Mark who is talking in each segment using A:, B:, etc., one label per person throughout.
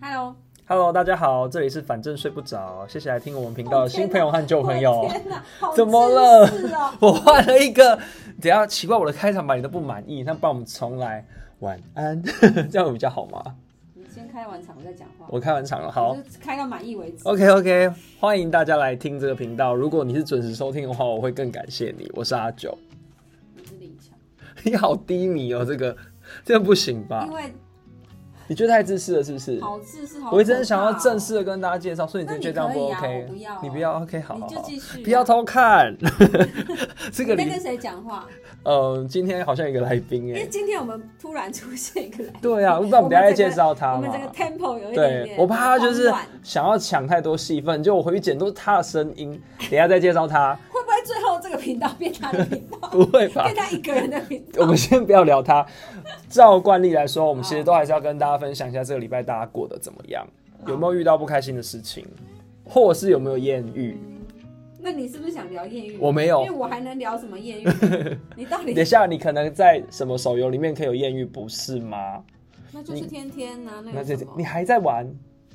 A: Hello，
B: Hello，大家好，这里是反正睡不着，谢谢来听我们频道的新朋友和旧朋友啊
A: 我。哦的天哪，好
B: 怎么了
A: 自私哦
B: 我换了一个，等一下奇怪，我的开场白你都不满意，那不然我们重来，晚安， 这样比较好吗？
A: 你先开完场我再讲话。
B: 我开完场了，好哦
A: 我。就是开到满意为止。
B: OK OK，欢迎大家来听这个频道。如果你是准时收听的话，我会更感谢你。我是阿九，
A: 我是李强，
B: 你好低迷哦，这个这样不行吧
A: 因？为
B: 你觉得太自私了是不是？
A: 好自私，好
B: 我一直很想要
A: 可怕哦
B: 正式，的跟大家介绍，所以你
A: 那
B: 就
A: 你
B: 觉得这样不
A: 可以啊我
B: OK？
A: 不要啊
B: 你不要 OK 好好
A: 你就
B: 好
A: 继续啊，
B: 不要偷 看。这个
A: 你在
B: 礼
A: 跟谁讲话？
B: 呃，今天好像有一个来宾
A: 因
B: 哎、
A: 为今天我们突然出现一个来宾，
B: 对啊，不知道我们等一下再介绍他
A: 我
B: 嘛
A: 们。这个 tempo 有一点
B: 对
A: 点，
B: 我怕他就是
A: 慌乱
B: 想要抢太多戏份，就我回去剪都是他的声音，等一下再介绍 他，
A: 会不会最后这个频道变他的频道，
B: 不啊会吧
A: 变？他一个人的频道？
B: 我们先不要聊他。照惯例来说，我们
A: 哦
B: 其实都还是要跟大家分享一下这个礼拜大家过得怎么样，有没有遇到不开心的事情，或是有没有艳遇？
A: 那你是不是想聊艳遇？
B: 我没有
A: 因为我还能聊什么艳遇？ 你到底
B: 等一下你可能在什么手游里面可以有艳遇，不是吗？
A: 那就是天天呐、那
B: 那
A: 个
B: 这
A: 什么
B: 你，还在玩？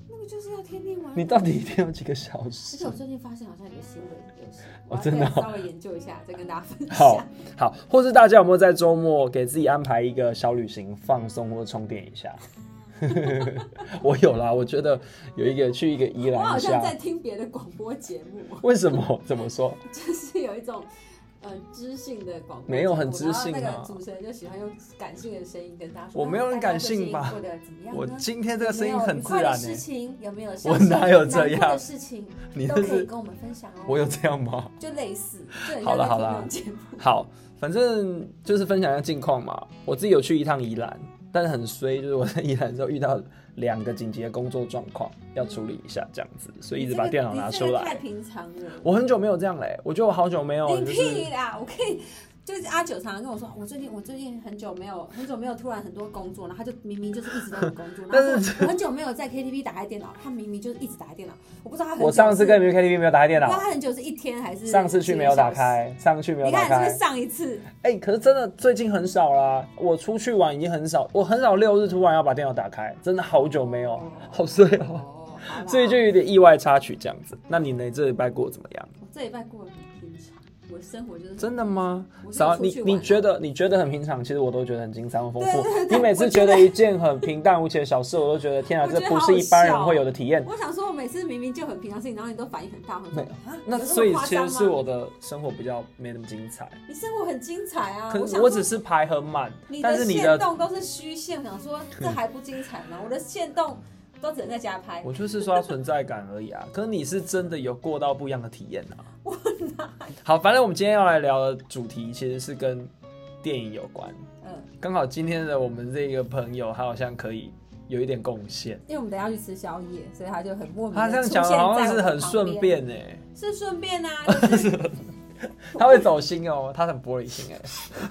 A: 那个就是要天天玩。
B: 你到底一天有几个小时
A: 而且？我最近发现好像有个新的游戏，
B: 哦
A: 我要
B: 真的
A: 再
B: 哦
A: 稍微研究一下，再跟大家分享。
B: 好好，或是大家有没有在周末给自己安排一个小旅行，放松或充电一下？ 我有啦，我觉得有一个去一个 宜
A: 我
B: 兰
A: 好
B: 一
A: 像
B: 下
A: 在，听别的广播节目，
B: 为什么？怎么说？
A: 就是有一种呃知性的广播节目，
B: 没有很知性啊
A: 然后那个主持人就喜欢用感性的声音跟大家说。
B: 我没有很感性吧
A: 那大家最近过得怎么样呢？
B: 我今天这个声音
A: 有没有
B: 很
A: 愉
B: 自
A: 快
B: 然
A: 的
B: 呢、
A: 事情有没有？
B: 我哪有这
A: 难
B: 样
A: 过的事情
B: 你
A: 都
B: 这
A: 可以
B: 是
A: 跟我们分享哦。
B: 我有这样吗？
A: 就类似，就很
B: 好
A: 像
B: 了
A: 在
B: 好
A: 听
B: 了
A: 那种节目。
B: 好，反正就是分享一下近况嘛。我自己有去一趟宜兰，但是很衰，就是我在宜兰之后遇到两个紧急的工作状况要处理一下，这样子，所以一直把电脑拿出
A: 你这个
B: 来。
A: 太平常了。
B: 我很久没有这样嘞、我觉得我好久没有
A: 你
B: 就是。
A: 屁啦！我可以，就是阿九常常跟我说，我最近我最近很久没有很久没有突然很多工作，然后他就明明就是一直都有工作，然后
B: 但
A: 他
B: 是
A: 说我很久没有在 KTV 打开电脑，他明明就是一直打开电脑，我不知道他很久
B: 我上次
A: 是
B: 跟你们去 KTV 没有打开电
A: 不知道
B: 脑，
A: 他很久是一天还是
B: 上次去没有打开，上次去
A: 几
B: 没
A: 个小时。
B: 有
A: 你
B: 打
A: 看是不
B: 开
A: 是。上一 次？
B: 哎、可是真的最近很少啦，我出去玩已经很少，我很少六日突然要把电脑打开，真的好久没有
A: 哦，
B: 好衰哦、
A: 哦，好啦
B: 所以就有点意外插曲这样子。那你呢？这礼拜过得怎么样？
A: 我这礼拜过得很平常，我的生活就是
B: 真的吗
A: 我？就是
B: 少
A: 出
B: 你
A: 去玩
B: 你
A: 啊
B: 觉得你觉得很平常，其实我都觉得很经常很丰
A: 对对
B: 富。
A: 对
B: 你每次
A: 我觉
B: 觉
A: 得
B: 得一件很平淡无奇的小事，我都觉得天啊，
A: 我
B: 这
A: 觉得
B: 不
A: 好
B: 是一般人
A: 笑
B: 会有的体验。
A: 我想说，我每次明明就很平常的事情，然后你都反应很大，很
B: 没
A: 说啊
B: 那
A: 有这么
B: 所以
A: 夸
B: 其
A: 张
B: 实
A: 吗
B: 是我的生活比较没那么精彩。
A: 你生活很精彩啊！
B: 可
A: 想
B: 是
A: 说
B: 我只是排很满
A: 你，
B: 但
A: 的
B: 是你
A: 线
B: 的嗯
A: 动都是虚线，想说这还不精彩吗？我的线动都只能在家拍，
B: 我就是刷存在感而已啊。可是你是真的有过到不一样的体验 啊。好，反正我们今天要来聊的主题其实是跟电影有关。
A: 嗯，
B: 刚好今天的我们这个朋友，他好像可以有一点贡献。
A: 因为我们等一下要去吃宵夜，所以他就很莫名。
B: 他这样讲的好像是很顺，便呢、欸
A: 是顺便 啊，就是
B: 他会走心哦，他很玻璃心哎、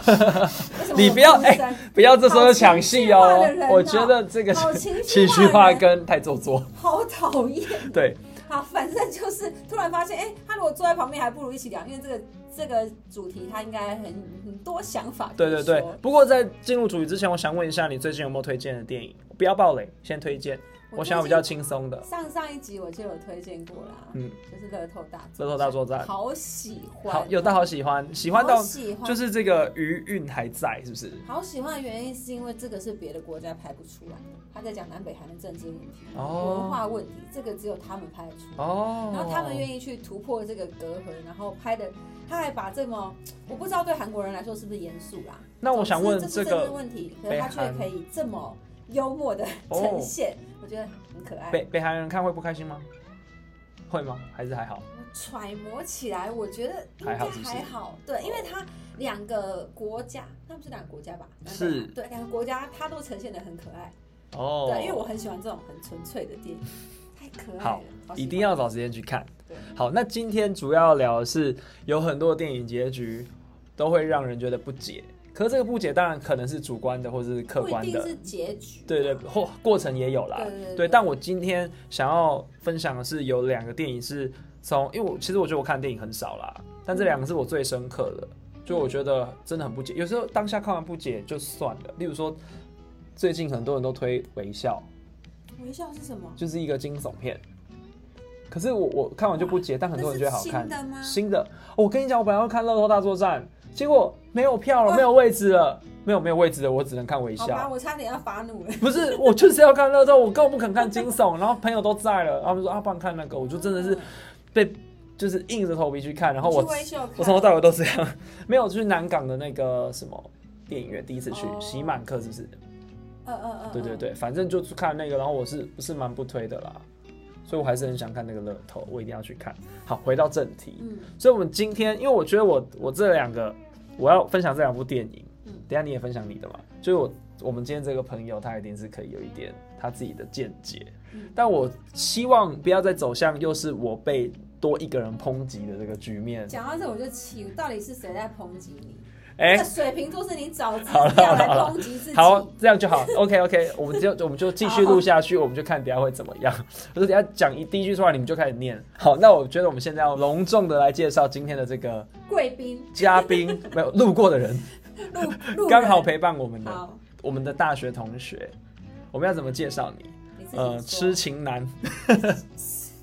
A: 为什么
B: 你不要
A: 我们不生
B: 不要这时候就抢戏
A: 好情绪化
B: 哦
A: 的人哦。
B: 我觉得这个
A: 好情绪化的
B: 情绪化跟太做作，
A: 好讨厌。
B: 对。
A: 好，反正就是突然发现，哎、他如果坐在旁边，还不如一起聊，因为这个这个主题他应该很很多想法。
B: 对对对，不过在进入主题之前，我想问一下，你最近有没有推荐的电影？不要暴雷，先推荐。我想要比较轻松的，
A: 上上一集我就有推荐过啦，
B: 嗯，
A: 就是乐透大
B: 《乐透大作战》
A: 好喜欢，
B: 好，有到好喜欢，喜欢
A: 好
B: 到
A: 喜欢，
B: 就是这个余韵还在，是不是？
A: 好喜欢的原因是因为这个是别的国家拍不出来的，他在讲南北韩的政治问题、
B: 哦
A: 文化问题，这个只有他们拍得出来。
B: 哦，
A: 然后他们
B: 意，
A: 愿意去突破这个隔阂，然后拍的，他还把这么，我不知道对韩国人来说是不是严肃啦。
B: 那我想问
A: 总之这
B: 这
A: 是政治
B: 个
A: 问题，可是他
B: 北
A: 却
B: 韩
A: 可以这么幽默的
B: 哦
A: 呈现，我觉得很可爱。
B: 北北韩人看会不开心吗？会吗？还是还好？
A: 揣摩起来，我觉得应该
B: 还好是不是哦
A: 还好。对，因为它两个国家，那不是两个国家吧？
B: 是
A: 南北韩对，两个国家它都呈现的很可爱。
B: 哦，
A: 对，因为我很喜欢这种很纯粹的电影，太可爱了，
B: 好
A: 好喜欢
B: 一定要找时间去看
A: 对。
B: 好，那今天主要聊的是有很多电影结局都会让人觉得不解，可是这个不解当然可能是主观的或者是客
A: 不一
B: 观
A: 定
B: 的，
A: 是结局啊，
B: 对对，或过程也有啦。
A: 对对对
B: 对，但我今天想要分享的是有两个电影是从，因为我其实我觉得我看电影很少啦，但这两个是我最深刻的，
A: 嗯
B: 就我觉得真的很不解。有时候当下看完不解就算了，例如说最近很多人都推微笑，
A: 微笑是什么？
B: 就是一个惊悚片。可是我我看完就不解，但很多人觉得好看。
A: 那是新的吗
B: 新的哦我跟你讲，我本来要看《乐透大作战》，结果没有票了，没有位置了，没有没有位置了，我只能看微
A: 好吧，
B: 笑。
A: 我差点要发怒了。
B: 不是，我就是要看乐透，我根本不肯看 惊悚。然后朋友都在了，他们说啊，不然看那个，我就真的是被就是硬着头皮去看。然后我
A: 嗯去微笑看
B: 我从头到尾都这样，没有去南港的那个什么电影院，第一次去
A: 哦
B: 喜满客是不是？
A: 嗯嗯嗯，
B: 对对
A: 嗯，
B: 对，反正就去看那个，然后我是是蛮不推的啦，所以我还是很想看那个乐透，我一定要去看。好，回到正题，
A: 嗯
B: 所以我们今天，因为我觉得我我这两个我要分享这两部电影，
A: 嗯
B: 等一下你也分享你的嘛，就是我我们今天这个朋友他一定是可以有一点他自己的见解，
A: 嗯
B: 但我希望不要再走向又是我被多一个人抨击的这个局面。
A: 讲到这我就气，到底是谁在抨击你？
B: 哎、
A: 这个水瓶座是你找资
B: 好了
A: 料来
B: 好了
A: 抨击自己。
B: 好，这样 就好。OK OK，我们就我们就继续录下去，我们就看等一下会怎么样。 我说等一下讲一第一句出来，你们就开始念。好，那我觉得我们现在要隆重的来介绍今天的这个
A: 贵宾
B: 嘉宾，没有路过的人，
A: 路路人
B: 刚好陪伴我们的
A: 好，
B: 我们的大学同学。我们要怎么介绍你？
A: 你自己
B: 呃，
A: 说
B: 痴情男，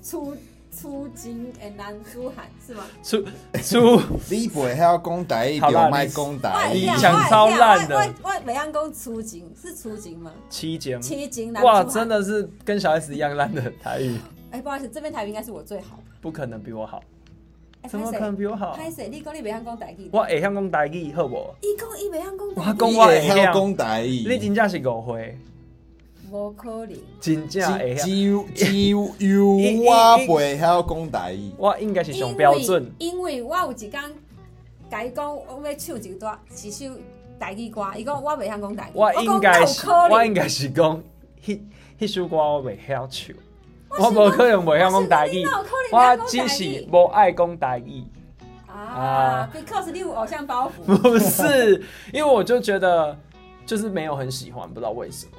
A: 出出金哎，南珠海是吗？
B: 出出，
C: 你袂晓讲台语，
B: 好
C: 就
B: 啦
C: 卖
B: 你
C: 讲
A: 哎外
C: 台
B: 你
C: 语
A: 向。
B: 讲哎超烂的
A: 外向外外每样公出金是出金吗？
B: 七节目，
A: 切金南珠海
B: 哇，真的是跟小 S 一样烂的 台语，
A: 哎，不好意思，这边台语应该是我最好的。
B: 不可能比我好，
A: 哎
B: 怎么可能比我好？
A: 拍谁？你讲你袂晓讲台语，
B: 我会晓讲台语，好不好？
A: 伊讲伊袂晓讲台
B: 我
A: 语，
B: 讲
C: 你
B: 我会
C: 会
B: 晓
C: 晓讲台
B: 你
C: 语，
B: 真正是误会，
A: 无可能。
B: 真正会晓。
C: 只有只有我袂晓讲台语。
B: 我应该是上标准，
A: 因为因为我有一天甲伊讲，我要唱一段一首台语歌，伊讲我袂晓讲台语，
B: 我应该是我应
A: 该
B: 该是讲，迄迄首歌我袂晓唱，我无可能袂晓讲台语，我只是无爱讲台语，
A: 啊
B: 啊
A: ，because 你有偶像包袱，
B: 不是，因为我就觉得就是没有很喜欢，不知道为什么。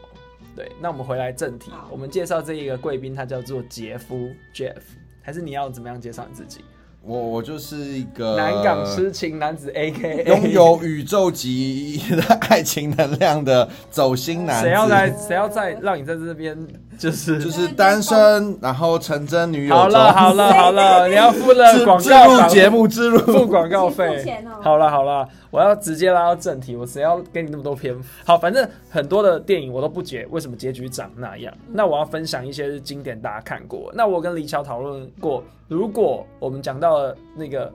B: 对，那我们回来正题
A: 好，
B: 我们介绍这一个贵宾，他叫做杰夫 Jeff，还是你要怎么样介绍你自己？
C: 我我就是一个
B: 南港痴情男子 A K A
C: 呃拥有宇宙级的爱情能量的走心男子，
B: 谁要在谁要在让你在这边就是
C: 就是单身，然后成真女友
B: 好
C: 中
B: 了好了好了，你要付了
C: 自
B: 广
C: 自
B: 告
C: 录
B: 房
C: 节目之
B: 付
C: 路。
B: 广告
A: 自己付
B: 费
A: 钱哦。
B: 好了好了，我要直接拉到正题，我谁要给你那么多篇幅？好，反正很多的电影我都不解为什么结局长那样。那我要分享一些是经典大家看过。那我跟李乔讨论过，如果我们讲到了那个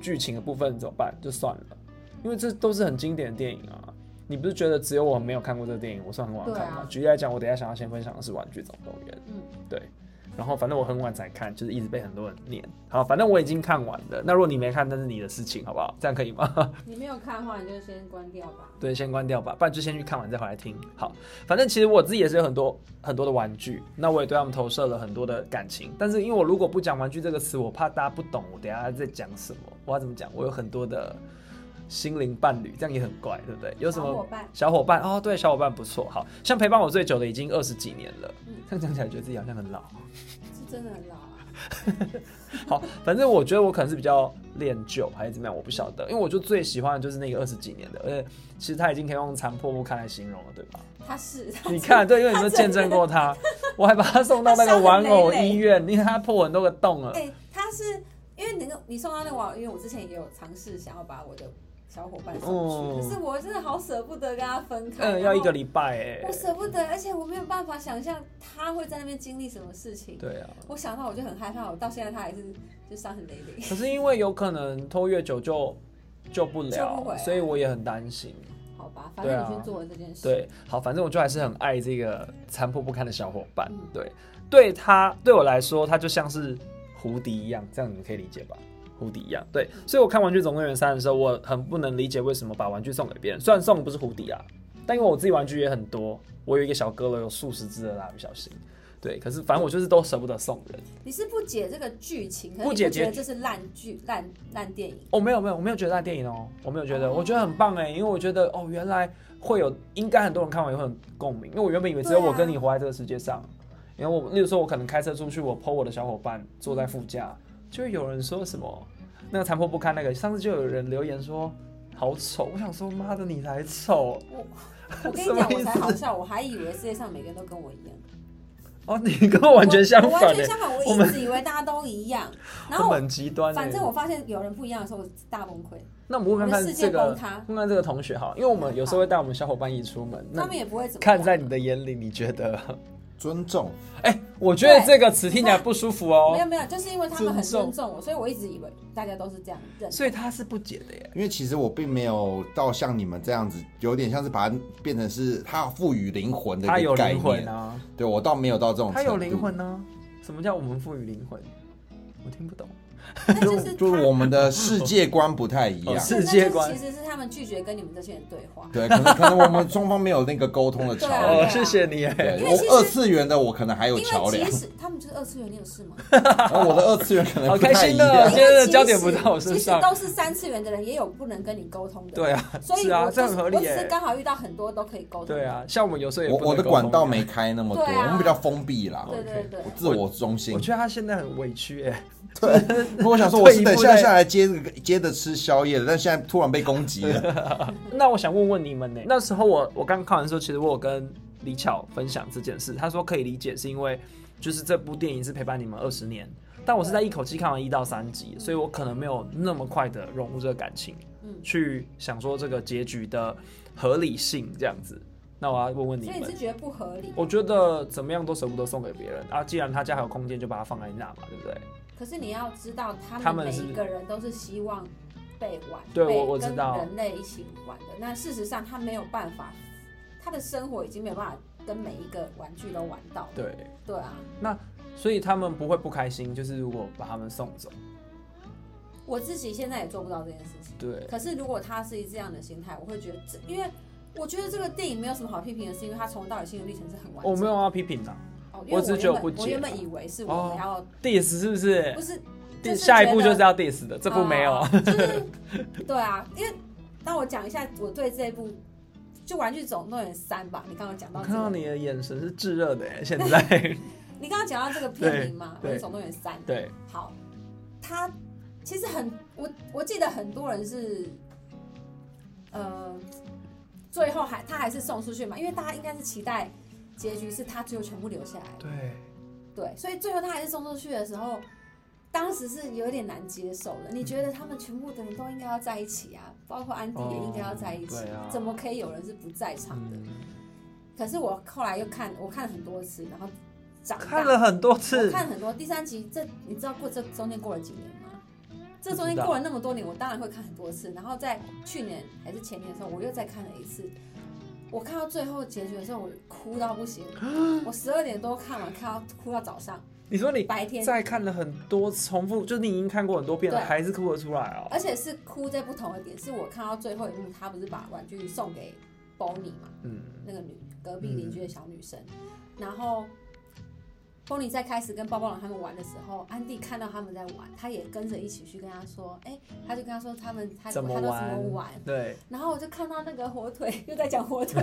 B: 剧情的部分怎么办？就算了，因为这都是很经典的电影啊。你不是觉得只有我没有看过这个电影，我算很晚看吗
A: 对？啊
B: 举例来讲，我等一下想要先分享的是《玩具总动员》。
A: 嗯
B: 对。然后反正我很晚才看，就是一直被很多人念。好，反正我已经看完了。那如果你没看，那是你的事情，好不好？这样可以吗？
A: 你没有看的话，你就先关掉吧。
B: 对，先关掉吧，不然就先去看完再回来听。好，反正其实我自己也是有很多很多的玩具，那我也对他们投射了很多的感情。但是因为我如果不讲玩具这个词，我怕大家不懂我等一下在讲什么，我要怎么讲？我有很多的心灵伴侣，这样也很怪，对不对？有什么
A: 小伙伴
B: 小伙伴哦，对，小伙伴不错。好像陪伴我最久的已经二十几年了，
A: 嗯
B: 这样讲起来觉得自己好像很老。
A: 是真的很老啊，
B: 好，反正我觉得我可能是比较恋旧还是怎么样，我不晓得，因为我就最喜欢的就是那个二十几年的，而且其实他已经可以用残破不堪来形容了，对吧？
A: 他 是
B: 你看，对，因为你们见证 过他，我还把他送到那个玩偶医院，因为他破很多个洞啊了
A: 哎、。他是因为那个你送到那个网，因为我之前也有尝试想要把我的小伙伴送去，
B: 哦
A: 可是我真的好舍不得跟他分开，
B: 嗯，要一个礼拜哎、
A: 我舍不得，而且我没有办法想象他会在那边经历什么事情。
B: 对啊，
A: 我想到我就很害怕，我到现在他还是就伤痕累累。
B: 可是因为有可能拖越久就救不
A: 救不
B: 了，
A: 回来
B: 所以我也很担心。
A: 好吧，反
B: 对
A: 正
B: 啊
A: 你去做了这件事，
B: 对，好，反正我就还是很爱这个残破不堪的小伙伴
A: 嗯。
B: 对，对他对我来说，他就像是胡迪一样，这样你们可以理解吧？胡迪一样，对，所以我看《玩具总动员三》的时候，我很不能理解为什么把玩具送给别人。虽然送的不是胡迪啊，但因为我自己玩具也很多，我有一个小阁楼有数十只的蜡笔小新，对，可是反正我就是都舍不得送人。
A: 你是不解这个剧情，可是你
B: 不解
A: 觉得
B: 结
A: 这是烂剧、烂烂电影。
B: 哦，没有没有，我没有觉得那电影哦，我没有觉得，
A: 哦
B: 我觉得很棒哎，因为我觉得哦，原来会有，应该很多人看完也会很共鸣，因为我原本以为只有
A: 对啊
B: 我跟你活在这个世界上，然后我，例如说我可能开车出去，我 PO 我的小伙伴坐
A: 嗯
B: 在副驾，就会有人说什么那个残破不堪那个，上次就有人留言说好丑，我想说妈的你才丑，
A: 我跟
B: 什
A: 你
B: 么
A: 讲，
B: 意
A: 我才
B: 思
A: 好笑，我还以为世界上每个人都跟我一样。
B: 哦，你跟我完全相
A: 我
B: 反
A: 完
B: 哎、
A: 全相反，我
B: 我
A: 一
B: 们
A: 直以为大家都一 样，然
B: 根
A: 后
B: 本极端、欸。
A: 反正我发现有人不一样的时候，我大崩溃。
B: 那我们问看
A: 我
B: 看
A: 们世界
B: 这个
A: 崩塌，嗯
B: 问看这个同学哈，因为我们有时候会带我们小伙伴一起出门，
A: 他
B: 那
A: 们也不会怎么
B: 看
A: 样
B: 在你的眼里，你觉得？
C: 尊重，
B: 哎、我觉得这个词听起来不舒服
A: 没有
B: 哦，
A: 没有，就是因为他们很
B: 尊
A: 尊
B: 重
A: 重我，所以我一直以为大家都是这样 认。
B: 所以他是不解的耶。
C: 因为其实我并没有到像你们这样子，有点像是把它变成是它赋予灵魂的
B: 他
C: 一
B: 有
C: 个概
B: 灵魂
C: 念。
B: 啊，
C: 对我倒没有到这种
B: 他
C: 程
B: 有
C: 度，
B: 灵魂啊。什么叫我们赋予灵魂？我听不懂。
A: 那就
C: 就是就是我们的世界观不太一样
B: 哦。
A: 对
B: 世
A: 那
B: 界
A: 就
B: 观
A: 其实是他们拒绝跟你们这些人对话。
C: 对，可能可能我们双方没有那个沟通的桥
A: 对啊对
B: 哦，
A: 啊
C: 梁。
B: 谢谢你耶。
C: 对
A: 因为其实
C: 我二次元的我可能还有
A: 因
C: 桥
A: 为
C: 梁
A: 即，使他们就是二次元，你有事 吗？
C: 然后我的二次元可能
B: 好
C: 不
B: 开
C: 太
B: 心哦
C: 一
B: 的
C: 样。
B: 今天的
A: 即使
B: 焦点不在我身
A: 即使
B: 上。
A: 都是三次元的人，也有不能跟你沟通的。
B: 对，啊，
A: 所以
B: 是
A: 我、
B: 啊，
A: 就是、
B: 这很合理
A: 我只是
B: 耶。
A: 刚好遇到很多都可以沟通。
B: 对，啊，像我们有时候也
C: 我
B: 不能
C: 我的
B: 沟通
C: 管道
B: 呀
C: 没开那么多，
A: 对啊
C: 我们比较封闭啦，
A: 对对对
C: 我。自我中心
B: 我。觉得他现在很委屈哎、
C: 我想说，我
B: 退一
C: 是
B: 步
C: 等下
B: 再
C: 下来接这个接着吃宵夜的，但现在突然被攻击了。
B: 那我想问问你们呢、那时候我我刚看完的时候，其实我有跟李巧分享这件事，他说可以理解，是因为就是这部电影是陪伴你们二十年，但我是在一口气看完一到三集，所以我可能没有那么快的融入这个感情，
A: 嗯
B: 去想说这个结局的合理性这样子。那我要问问你
A: 所以你
B: 们
A: 是，觉得不合理，
B: 我觉得怎么样都舍不得送给别人啊，既然他家还有空间，就把它放在那嘛，对不对？
A: 可是你要知道，
B: 他
A: 他
B: 们
A: 们每
B: 是
A: 一个人都是希望被玩，
B: 对
A: 被
B: 我我知道
A: 跟人类一起玩的。那事实上，他没有办法，他的生活已经没有办法跟每一个玩具都玩到。
B: 对，
A: 对啊，
B: 所以他们不会不开心，就是如果把他们送走，
A: 我自己现在也做不到这件事情。
B: 对，
A: 可是如果他是以这样的心态，我会觉得这，因为我觉得这个电影没有什么好批评的，是因为他从头到尾心理历程是很完整的。
B: 我没有要批评啊。
A: 哦，因为
B: 我只是觉得
A: 原
B: 不
A: 本
B: 解
A: 我原本以为是我们要，
B: diss 是不是？
A: 不是，就
B: diss
A: 是
B: 下一步
A: 觉
B: 就
A: 得
B: 是要 diss 的，这部没有。
A: 哦就是对啊，因为那我讲一下我对这部就《玩具总动员三》吧，你刚刚讲
B: 我
A: 到这
B: 看到
A: 个，
B: 你的眼神是炙热的耶，现 在
A: 你刚刚讲到这个片名嘛，《
B: 对
A: 玩具总动员三》
B: 对，
A: 好，他其实很我我记得很多人是，呃，最后还他还是送出去嘛，因为大家应该是期待结局是他最后全部留下来，
B: 对，
A: 对，所以最后他还是送出去的时候，当时是有点难接受的。你觉得他们全部的人都应该要在一起啊，包括安迪也应该要在一起，
B: 哦对啊
A: 怎么可以有人是不在场的？
B: 嗯，
A: 可是我后来又看，我看了很多次，然后长大
B: 看了很多
A: 我
B: 次，
A: 看很多第三集，这你知道过这中间过了几年吗？这中
B: 不
A: 间
B: 知道
A: 过了那么多年，我当然会看很多次。然后在去年还是前年的时候，我又再看了一次。我看到最后结局的时候，我哭到不 行。我十二点多看完，看到哭到早上，
B: 你说你
A: 白天
B: 再看了很多重复，就是你已经看过很多遍了，
A: 对呃
B: 还是哭得出来哦。
A: 而且是哭在不同的点，是我看到最后一幕，他不是把玩具送给 Bonnie 嘛，
B: 嗯，
A: 那个女隔壁邻居的小女生，然后 Bonnie 在开始跟抱抱龙他们玩的时候，安迪看到他们在玩，他也跟着一起去跟他说，哎、他就跟他说他们他
B: 怎么
A: 他都怎么
B: 玩
A: 玩，
B: 对，
A: 然后我就看到那个火腿又在讲火腿，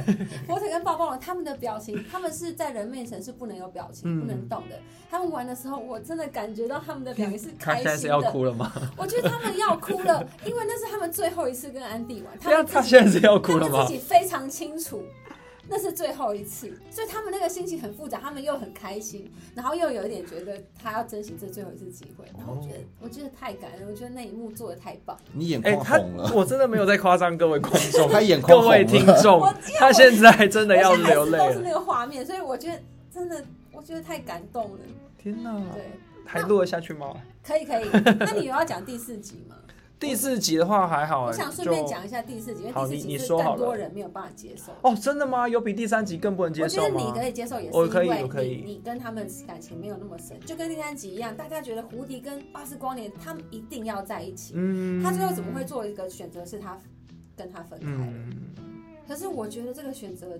A: 火腿跟抱抱龙他们的表情，他们是在人面前是不能有表情、
B: 嗯
A: 不能动的，他们玩的时候，我真的感觉到他们的表情是
B: 他
A: 开
B: 现
A: 心的
B: 在，是要哭了吗？
A: 我觉得他们要哭了，因为那是他们最后一次跟安迪玩，他
B: 对啊，
A: 们
B: 他
A: 自己
B: 现在是要
A: 他
B: 哭了
A: 们
B: 吗
A: 自？己非常清楚，那是最后一次，所以他们那个心情很复杂，他们又很开心，然后又有一点觉得他要珍惜这最后一次机会，然后我觉得、我觉得太感人，我觉得那一幕做的太棒，
C: 你眼
B: 哎，
C: 眶
B: 他
C: 红了，
B: 我真的没有在夸张各位观众，
C: 他眼眶
B: 各
C: 红
B: 位听
C: 了。
B: 众
A: 我，
B: 他现在真的要
A: 我现在
B: 流
A: 还是
B: 泪
A: 都是
B: 了。
A: 那个画面，所以我觉得真的我觉得太感动了，
B: 天哪，
A: 对，
B: 还录得下去吗？
A: 可以可以，那你有要讲第四集吗？
B: 第四集的话还好哎，
A: 我想顺便
B: 就
A: 讲一下第四集，因为
B: 好
A: 第
B: 你
A: 四
B: 你
A: 集是
B: 说好
A: 更多
B: 了
A: 人没有办法接受。
B: 哦，真的吗？有比第三集更不能接
A: 我觉
B: 受
A: 得
B: 吗？
A: 你可以接受，也是
B: 我可以
A: 因为
B: 我可以
A: 你你跟他们感情没有那么深，就跟第三集一样，大家觉得胡迪跟巴斯光年他们一定要在一起，
B: 嗯
A: 他最后怎么会做一个选择是他跟他分开了？
B: 嗯，
A: 可是我觉得这个选择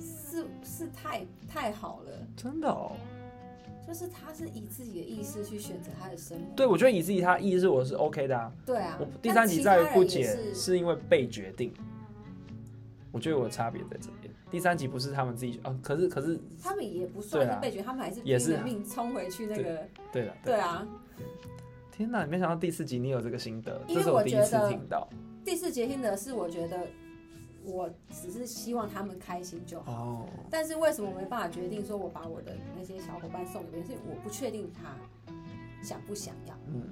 A: 是是太太好了，
B: 真的哦。
A: 就是他是以自己的意识去选择他的生活。
B: 对，我觉得以自己他意识我是 OK 的啊。
A: 对啊
B: 我，第
A: 但
B: 三集
A: 其他
B: 在于
A: 人
B: 不
A: 也
B: 解，
A: 是
B: 是因为被决定。我觉得我的差别在这边。第三集不是他们自己啊，可是可是，
A: 他们也不算
B: 对啊
A: 是被决，他们还是
B: 也
A: 拼
B: 是啊
A: 了命冲回去那个。
B: 对了，
A: 对啊，
B: 天哪，没想到第四集你有这个心得，
A: 因
B: 这
A: 为
B: 是
A: 我
B: 第一
A: 觉
B: 次
A: 得
B: 听到。
A: 第四节心得是我觉得我只是希望他们开心就好。
B: 哦，
A: 但是为什么没办法决定说我把我的那些小伙伴送给别人？是我不确定他想不想要。
B: 嗯，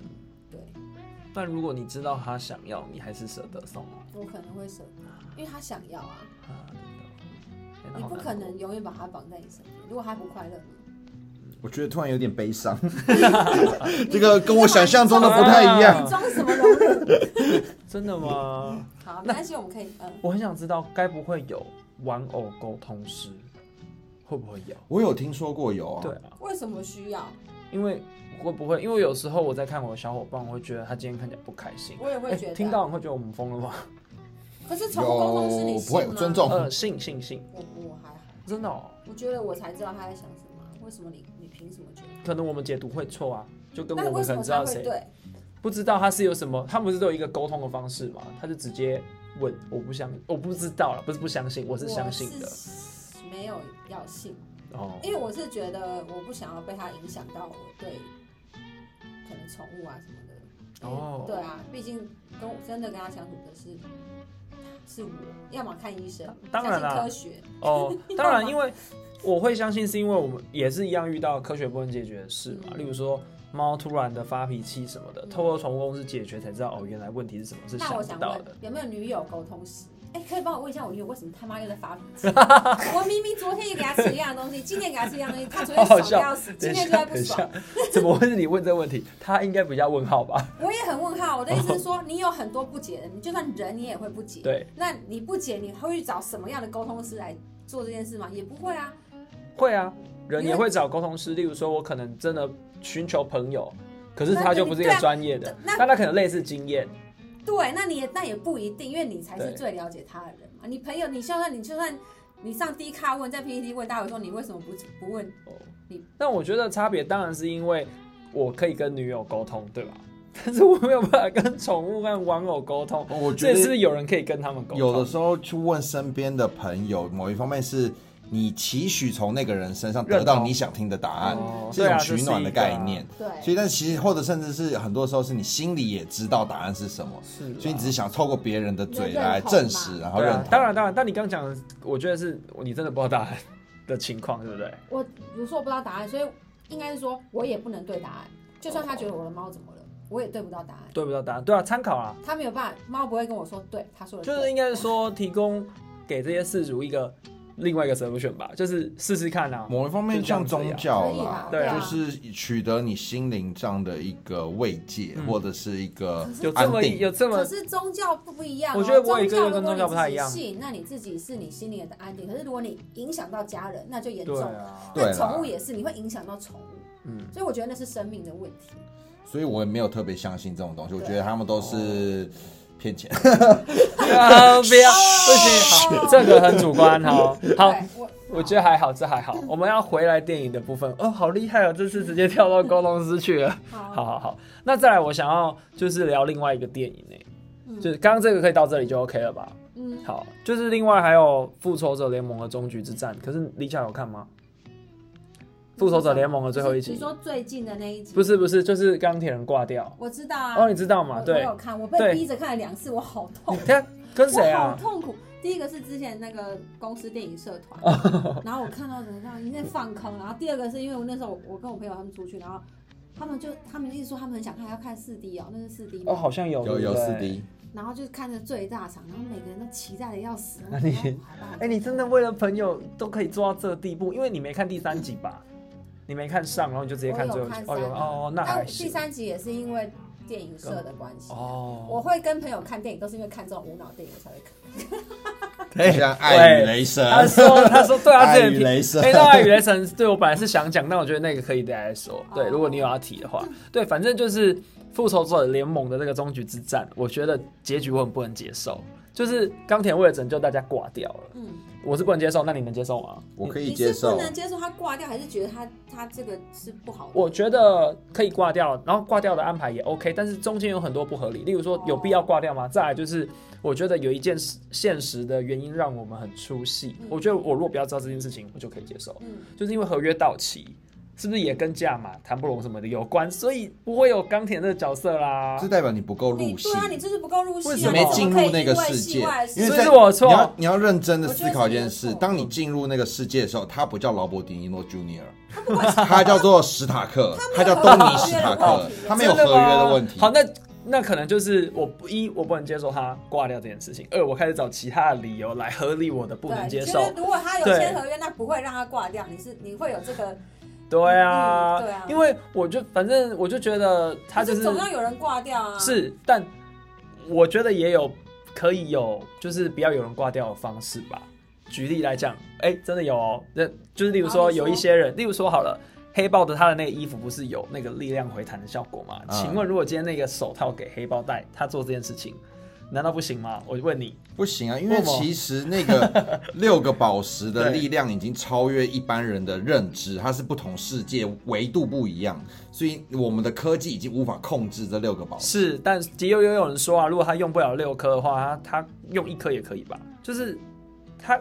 A: 对
B: 但如果你知道他想要，你还是舍得送吗
A: 我可能会舍得，因为他想要啊，
B: 啊？哦天哪
A: 你
B: 好
A: 不
B: 难
A: 可
B: 过
A: 能永远把他绑在你身边。如果他不快乐呢，
C: 我觉得突然有点悲伤， 这个跟我想象中的不 太一样
A: 你。装什么融入？
B: 真的吗？
A: 好，没关系，我们可以嗯。
B: 我很想知道，该不会有玩偶沟通师？会不会有？
C: 我有听说过有啊，
B: 对啊，
A: 为什么需要？
B: 因为会不会？因为有时候我在看我的小伙伴，我会觉得他今天看起来不开心。
A: 我也会
B: 哎
A: 觉得。啊
B: 听到你会觉得我们疯了吗？
A: 可是宠物沟通是你
C: 有
A: 信
C: 不会
A: 吗
C: 尊。重，
B: 呃，信信信，
A: 我我还好，
B: 真的、哦，
A: 我觉得我才知道他在想什么啊。为什么你你凭什么觉得？
B: 可能我们解读会错啊，就跟
A: 那
B: 我
A: 为
B: 们可
A: 什
B: 能
A: 么
B: 知
A: 他
B: 道
A: 会
B: 谁
A: 对？
B: 不知道他是有什么，他们不是都有一个沟通的方式吗？他就直接问，我不相，我不知道了，不是不相信，我
A: 我
B: 是相信的。
A: 是没有要信，
B: 哦，
A: 因为我是觉得我不想要被他影响到我对可能宠物啊什么的。因为
B: 哦
A: 对啊，毕竟跟我真的跟他相处的是是我，要么看医生，
B: 当然啦
A: 相信科学，
B: 哦，当然，因为我会相信，是因为我们也是一样遇到科学不能解决的事嘛，
A: 嗯
B: 例如说猫突然的发脾气什么的，
A: 嗯
B: 透过宠物公司解决才知道哦，原来问题是什么，是
A: 那我
B: 不
A: 想
B: 到
A: 问
B: 的。，
A: 有没有女友沟通史？哎、可以帮我问一下我女友为什么他妈又在发脾 气？我明明昨天也给她吃一样的东西，今天给她吃一样东西，她昨天爽
B: 好好
A: 的
B: 笑
A: 要死，今
B: 等一
A: 天就在
B: 下，
A: 不
B: 等一下
A: 爽。，
B: 怎么会是你问这个问题？他应该比较问号吧？
A: 我也很问号。我的意思是说，你有很多不解的，你就算人你也会不解。
B: 对，
A: 那你不解，你会去找什么样的沟通师来做这件事吗？也不会啊。
B: 会啊，人
A: 因为
B: 也会找沟通师，例如说我可能真的寻求朋友，可是
A: 那
B: 他就
A: 你
B: 不是一个
A: 对啊
B: 专业的，
A: 那
B: 但他可能类似经验。
A: 对，那你也那也不一定，因为你才是
B: 对
A: 最了解他的人嘛。你朋友，你就算你就算你上 D 卡问，在 PPT 问，大家会说你为什么不不问？
B: 但我觉得差别当然是因为我可以跟女友沟通，对吧？ 但是我没有办法跟宠物和玩偶沟通，
C: 我
B: 这
C: 觉
B: 也
C: 得
B: 是有人可以跟他们沟通。
C: 有的时候去问身边的朋友，某一方面是你期许从那个人身上得
B: 认
C: 到
B: 同
C: 你想听的答案，
B: 哦
C: 是一
B: 对啊
C: 种
B: 这
C: 取
B: 是
C: 暖
B: 一
C: 的
B: 个
C: 概
B: 啊
C: 念。
A: 对，
C: 所以，但其实或者甚至是很多时候是你心里也知道答案是什么，
B: 是啦，
C: 所以你只是想透过别人的嘴
A: 认同
C: 来
A: 嘛
C: 证实，然后
B: 哦对
C: 认
B: 啊
C: 同。，
B: 当然当然，但你刚讲的，我觉得是你真的不知道答案的情况，对不对？
A: 我比如说我不知道答案，所以应该是说我也不能对答案。就算他觉得我的猫怎么了，我也对不到答案。
B: 对不到答案，对啊，参考啊，
A: 他没有办法，猫不会跟我说，对，他说的
B: 就是
A: 对
B: 应该是说提供给这些事主一个另外一个 solution 吧，就是试试看啊。
C: 某一方面
B: 就这样
C: 像
B: 子呀
C: 宗教
A: 可以啦
C: 啦，
B: 对啊
C: 就是取得你心灵上的一个慰藉，
B: 嗯
C: 或者是一个
A: 可是
B: 有这
C: 安
B: 么
C: 定。
B: 有这么
A: 可是宗教不不一样、哦，
B: 我觉得我也
A: 宗教
B: 跟跟宗教不太一样
A: 如果你自己信，那你自己是你心里的安定。可是如果你影响到家人，那就严重
B: 对
A: 了。
B: 啊，
C: 对
A: 那
C: 啦
A: 宠物也是，你会影响到宠物，
B: 嗯，
A: 所以我觉得那是生命的问题。
C: 所以我也没有特别相信这种东西，我
A: 对
C: 觉得他们都
A: 哦
C: 是骗钱。
B: 啊 不要不行，好，这个很主观 哦。好，
A: 对，我
B: 我觉得还好，这还好。我们要回来电影的部分哦，好厉害哦，这次直接跳到沟通师 去了。
A: 得好
B: 好好好，那再来，我想要就是聊另外一个电影呢、
A: 嗯
B: 就是刚刚这个可以到这里就 OK 了吧？
A: 嗯，
B: 好，就是另外还有《复仇者联盟》的终局之战，可是李巧有看吗？《复仇者联盟》的最后一
A: 你
B: 集？
A: 说最近的那一集
B: 不，是不是，就是钢铁人挂掉。
A: 我知道啊，
B: 哦，你知道
A: 我
B: 吗？
A: 我
B: 对，
A: 有看，我被
B: 对
A: 逼着看了两次，我好痛
B: 你。看跟谁
A: 我好
B: 啊？
A: 痛苦。第一个是之前那个公司电影社 团，然后我看到人家一在放空，然后第二个是因为我那时候我跟我朋友他们出去，然后他们就他们一直说他们很想看，要看四 D 哦，那是四 D
B: 哦，好像有
C: 有有四。
B: 对不对
C: D，
A: 然后就看着最大场，然后每个人都期待的要死。
B: 那你
A: 然后我好吧
B: 哎、你真的为了朋友都可以做到这地步，因为你没看第三集吧？你没看上，然后你就直接看
A: 我
B: 最
A: 有
B: 后一集。
A: 看
B: 哦，有
A: 三
B: 哦， 那
A: 但我
B: 还
A: 第
B: 行。
A: 三集也是因为电影社的关系。我
B: 哦，
A: 会跟朋友看电影，都是因为看这种无脑电影我才会看。
C: 就像爱与雷神，
B: 他说，他说，对啊，
C: 爱
B: 这
C: 与雷神
B: 哎，那爱与雷神，对我本来是想讲，但我觉得那个可以再来说。对，
A: 哦
B: 如果你有要提的话，对，反正就是复仇者联盟的这个终局之战，我觉得结局我很不能接受，就是钢铁为了拯救大家挂掉了，
A: 嗯，
B: 我是不能接受，那你能接受吗？
C: 我可以
A: 你
C: 接
A: 是不
C: 受。
A: 能接受他挂掉，还是觉得他他这个是不好的？
B: 我觉得可以挂掉，然后挂掉的安排也 OK，但是中间有很多不合理，例如说有必要挂掉吗？再来就是，我觉得有一件事现实的原因让我们很出戏
A: 嗯。
B: 我觉得我如果不要知道这件事情，我就可以接受，
A: 嗯，
B: 就是因为合约到期，是不是也跟价码、谈不拢什么的有关？所以不会有钢铁那个角色 啦。
C: 这代表你不够
A: 你
C: 入戏
A: 对，啊，你就是不够入戏、啊，
B: 为
A: 你
B: 什
A: 怎
B: 么
A: 么
C: 没进入
A: 可以
C: 那个
A: 因为
C: 世
A: 戏
C: 界
A: 外
C: 因为
B: 所
A: 事
B: 以
C: 在
B: 是我的错
C: 你要你要认真的
A: 我觉得
C: 思考一
A: 是你的
C: 件事：
A: 错
C: 当你进入那个世界的时候，他不叫劳勃迪尼诺 Junior，
A: 他不管是
C: 他叫做史塔克，他
A: 他没
C: 叫
A: 有
C: 东尼史塔
A: 合约的
C: 克
A: 问题，
C: 他没有合
B: 真的吗
C: 约的问题。
B: 好，那那可能就是我不一我不能接受他挂掉这件事情，二我开始找其他的理由来合理我的不能接
A: 对，
B: 受
A: 就是。如果他有
B: 对
A: 签合约，那不会让他挂掉，你是你会有这个，
B: 对啊，
A: 嗯对啊
B: 因为我就反正我就觉得他就是
A: 总要有人挂掉啊。，
B: 是，但我觉得也有可以有，就是不要有人挂掉的方式吧。举例来讲，哎、真的有哦，那就是例如
A: 好
B: 说
A: 你说
B: 有一些
A: 哦
B: 人，例如说好了。黑豹的他的那个衣服不是有那个力量回弹的效果吗？
A: 啊
C: 嗯
B: 请问如果今天那个手套给黑豹戴，他做这件事情，难道不行吗？我问你，
C: 不行啊，因
B: 为
C: 为
B: 什么
C: 其实那 个六个宝石的力量已经超越一般人的认知，它是不同世界维度不一样，所以我们的科技已经无法控制这六个宝石。
B: 是，但也有也有人说啊，如果他用不了六颗的话，他他用一颗也可以吧？就是他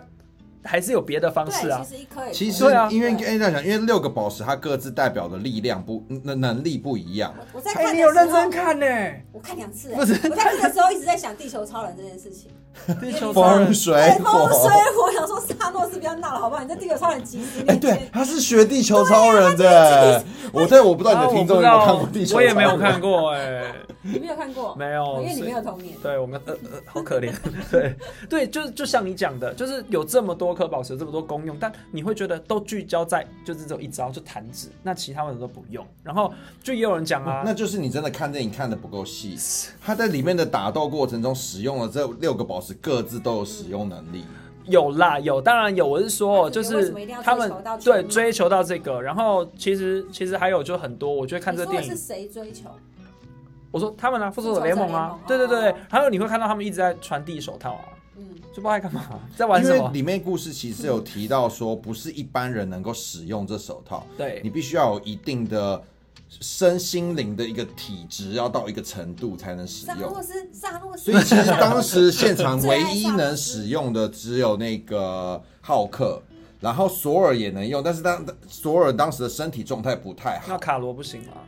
B: 还是有别的方式
A: 对，
B: 啊
A: 其。实一颗也可以
C: 其实
B: 对啊
C: 因为跟大家讲，因为六个宝石它各自代表的力量不能能力不一样，
A: 我我在
B: 哎、
A: 看的
B: 你有
A: 时候
B: 认真，看呢、
A: 我看两次、欸，
B: 不是
A: 我在看的时候一直在想地球超人这件事 情，
B: 地球超人哎
C: 风水
A: 对，
C: 火
A: 风。水火，想说萨诺斯不要闹了，好不好？你这地球超人急死你
C: 哎，
A: 了，
C: 对，他是学地球超人的。我对我不知道你
B: 啊
C: 的
B: 我
C: 听
B: 不
C: 众有
B: 知
C: 没有
B: 道，
C: 看过地球超
B: 我
C: 人，
B: 也没有看过哎、
A: 你没有看过，
B: 没有，
A: 因为你
B: 所以
A: 没有童年。
B: 对我们呃呃， 好可怜，对对，就就像你讲的，就是有这么多颗宝石，有这么多功用，但你会觉得都聚焦在就是只有一招就弹指，那其他人都不用。然后就也有人讲啊，
C: 那就是你真的看电影看的不够细。他在里面的打斗过程中使用了这六个宝石，各自都有使用能力。
B: 有啦，有，当然有。我是
A: 那
B: 说，就
A: 你觉得为
B: 是
A: 什么一定要
B: 他
A: 追
B: 们
A: 求到全
B: 对
A: 貌
B: 追求到这个，然后其实其实还有就很多，我觉得看这
A: 你说
B: 个电
A: 的
B: 影
A: 是，谁追求？
B: 我说他们啊，复仇
A: 复
B: 者
A: 仇
B: 联
A: 者
B: 盟
A: 联
B: 啊
A: 盟，
B: 对对对
A: 哦，
B: 还有你会看到他们一直在传递手套啊，
A: 嗯，
B: 就不知道在干嘛，在玩
C: 因
B: 什
C: 为
B: 么。
C: 里面故事其实有提到说，不是一般人能够使用这手套，
B: 对
C: 你必须要有一定的身心灵的一个体质，要到一个程度才能使
A: 萨
C: 用。
A: 诺斯，萨诺斯，
C: 所以其实当时现场唯一能使用的只有那个浩克，然后索尔也能用，但是当索尔当时的身体状态不太
B: 那
C: 好。
B: 卡罗不行啊，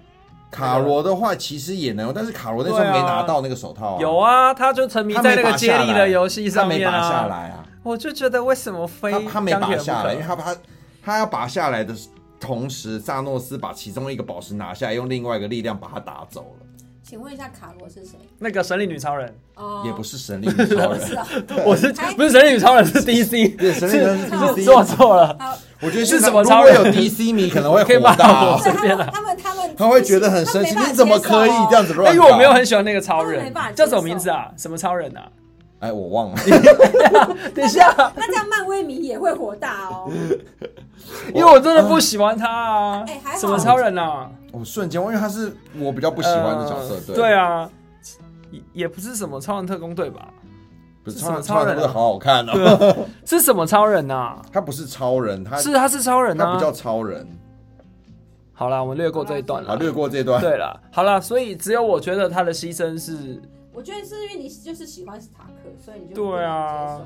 C: 卡罗的话其实也能用，但是卡罗那时候没拿到那个手套、啊
B: 有啊，他就沉迷
C: 他
B: 在
C: 没
B: 那
C: 拔
B: 个接
C: 下
B: 力
C: 来
B: 的游戏上
C: 他没
B: 面
C: 拔下
B: 啊。
C: 来啊，
B: 我就觉得为什么非
C: 他
B: 钢铁
C: 他没拔
B: 人不
C: 下
B: 可
C: 来，因为他把他他要拔下来的同时，萨诺斯把其中一个宝石拿下来，用另外一个力量把它打走了，
A: 请问一下卡罗是谁？
B: 那个神力女超人，
A: 哦，
C: 也不是神力女超
A: 是
B: 哦
C: 人，
A: 啊，
B: 我是
A: 还
B: 不是神力女超人是 DC，
C: 对，神力女超人是
A: 是
C: DC
B: 做错了，
A: 好，
C: 我觉
B: 是
C: 得现在
B: 什么
C: 如
B: 超
C: 果
B: 人
C: 有 DC 迷可能会
B: 可以
C: 火
B: 骂
C: 大
B: 我，
A: 对他
B: 天
A: 们
B: 哪
A: 他们他们
C: 他会觉得很生气，
A: 他们
C: 你怎么可以
A: 哦
C: 这样子
B: 哎因
C: 乱？
B: 为我没有很喜欢那个超
A: 他们
B: 人
A: 没办法，接
B: 叫
A: 受
B: 什么名字啊？什么超人啊？
C: 哎，我忘了，
B: 等一下，
A: 那这样漫威迷也会火大哦。
B: 因为我真的不喜欢他啊
A: 哎还。好
B: 什么超人啊？
C: 我瞬间，因为他是我比较不喜欢的角色，
B: 呃
C: 对
B: 对，啊，也也不是什么超人特工队 吧？
C: 不是
B: 是什么
C: 超
B: 超
C: 超
B: 人啊
C: 人真的好好看哦，
B: 是什么超人啊？
C: 他不是超人，他
B: 是他是超人
C: 他不叫
B: 啊。
C: 超人。
B: 好啦，我们略过这一段
A: 啊
C: 好，
B: 了。
C: 略过这段。
B: 对了，好啦，所以只有我觉得他的牺牲是
A: 我觉得是因为你就是喜欢史塔克，所以你就
B: 对啊
A: 不能接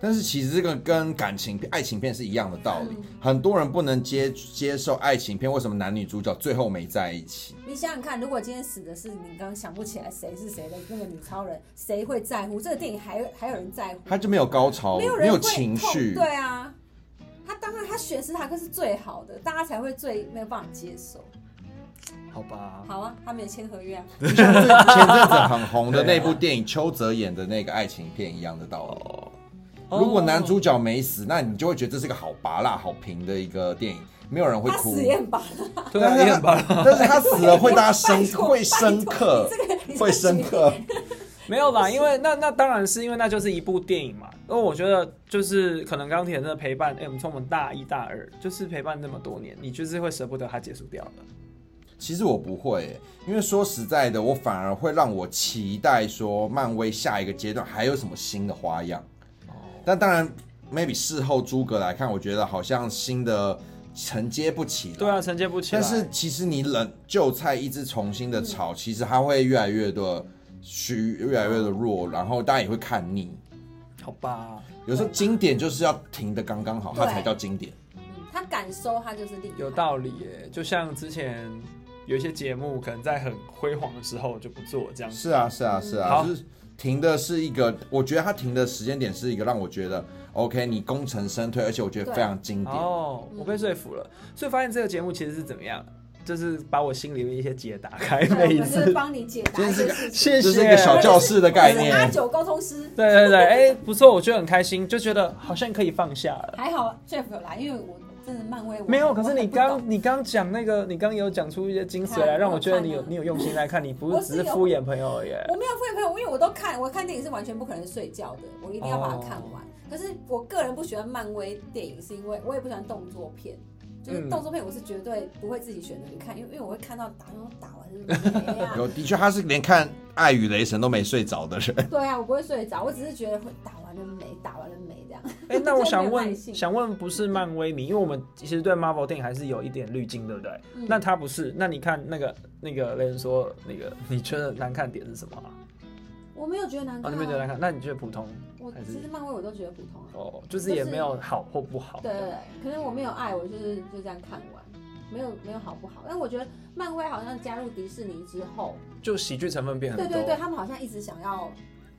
C: 但是其实这个跟感情片、爱情片是一样的道理
A: 嗯，
C: 很多人不能接接受爱情片，为什么男女主角最后没在一起？
A: 受。你想想看，如果今天死的是你刚刚想不起来谁是谁的那个女超人，谁会在乎这个电影还？还有人在乎？
C: 他就没有高潮，
A: 没
C: 没
A: 有人会
C: 情
A: 痛
C: 绪，
A: 对啊，他当然他选史塔克是最好的，大家才会最没有办法接受。
B: 好吧？
A: 好啊，他没有签合约啊，
C: 就像是前阵子很红的那部电影，邱泽演的那个爱情片一样的道理。
A: 啊
C: 如果男主角没
A: 哦
C: 死，那你就会觉得这是个好拔辣、好平的一个电影，没有人会
A: 他
C: 哭
A: 死。也很拔
B: 哦对啊，
C: 但
B: 也
C: 是
B: 很棒。
C: 他但是他 死了会大家深
A: 拜托
C: 会深
A: 拜托你
C: 刻
A: 这个你这，个
C: 会深刻。
B: 没有啦，因为那那当然是因为那就是一部电影嘛。因为我觉得就是可能钢铁人的陪伴，哎、我们从我们大一大二就是陪伴这么多年，你就是会舍不得它结束掉的。
C: 其实我不会耶、因为说实在的，我反而会让我期待说漫威下一个阶段还有什么新的花样。
B: 哦
C: 但当然，maybe 事后诸葛来看，我觉得好像新的呃承接不起来。
B: 对啊，嗯承接不起来。
C: 但是其实你冷旧菜一直重新的炒，其实它会越来越的虚，越来越的弱，然后大家也会看腻。
B: 好吧，
C: 有时候经典就是要停的刚刚好，它才叫经典。
A: 嗯他敢收，他就是厉害。
B: 有道理耶。就像之前有一些节目，可能在很辉煌的时候就不做这样子。
C: 是啊，是啊，是啊，
B: 好
C: 就是停的是一个，我觉得他停的时间点是一个让我觉得 OK，你功成身退，而且我觉得
A: 对
C: 非常经典。
B: 哦，我被说服了，所以发现这个节目其实是怎么样，就是把我心里面一些结打开，
C: 啊
A: 对，我
B: 每一
A: 们就是
B: 次。
A: 帮你解答一些事情。
B: 谢
C: 这是
B: 谢
C: 一个小教室的概
A: 我是阿
C: 念，
A: 九沟通师，
B: 对对对，哎、不错，我觉得很开心，就觉得好像可以放下了。
A: 还好 Jeff 有来，因为我真的漫威我
B: 没有，可是你
A: 我
B: 刚
A: 很
B: 你刚讲那个，你刚有讲出一些精髓
A: 看
B: 来，
A: 我
B: 让我觉得
A: 看
B: 你有
A: 了
B: 你有用心在看，你不
A: 我
B: 是
A: 是
B: 只是
A: 有
B: 敷衍朋友而已。
A: 不懂我没有会朋友，因为我都看，我看电影是完全不可能睡觉的，我一定要把
B: 哦
A: 它看完。可是我个人不喜欢漫威电影，是因为我也不喜欢动作片。就是
B: 嗯
A: 动作片，我是绝对不会自己选择去看，因为因为我会看到打，然后打完就是没 啊，
C: 有的确他是连看《爱与雷神》都没睡着的人。
A: 对啊，我不会睡着，我只是觉得会打完了没，打完了没这样。
B: 哎、那我
A: 就没
B: 想
A: 有
B: 问，
A: 耐性
B: 想问不是漫威迷，因为我们其实对 Marvel 电影还是有一点滤镜，对不对？
A: 嗯
B: 那他不是，那你看那个那个雷人说那个，你觉得难看点是什么啊？
A: 我没有觉得难
B: 哦，
A: 看、
B: 你
A: 啊，
B: 们觉得难看？那你觉得普通
A: 我
B: 还是
A: 其实漫威我都觉得普通啊。
B: 哦，就是也没有好或不好。
A: 对对，对，可能我没有爱，我就是就这样看完，没有没有好不好。但我觉得漫威好像加入迪士尼之后，
B: 就喜剧成分变很
A: 对
B: 多。
A: 对对，他们好像一直想要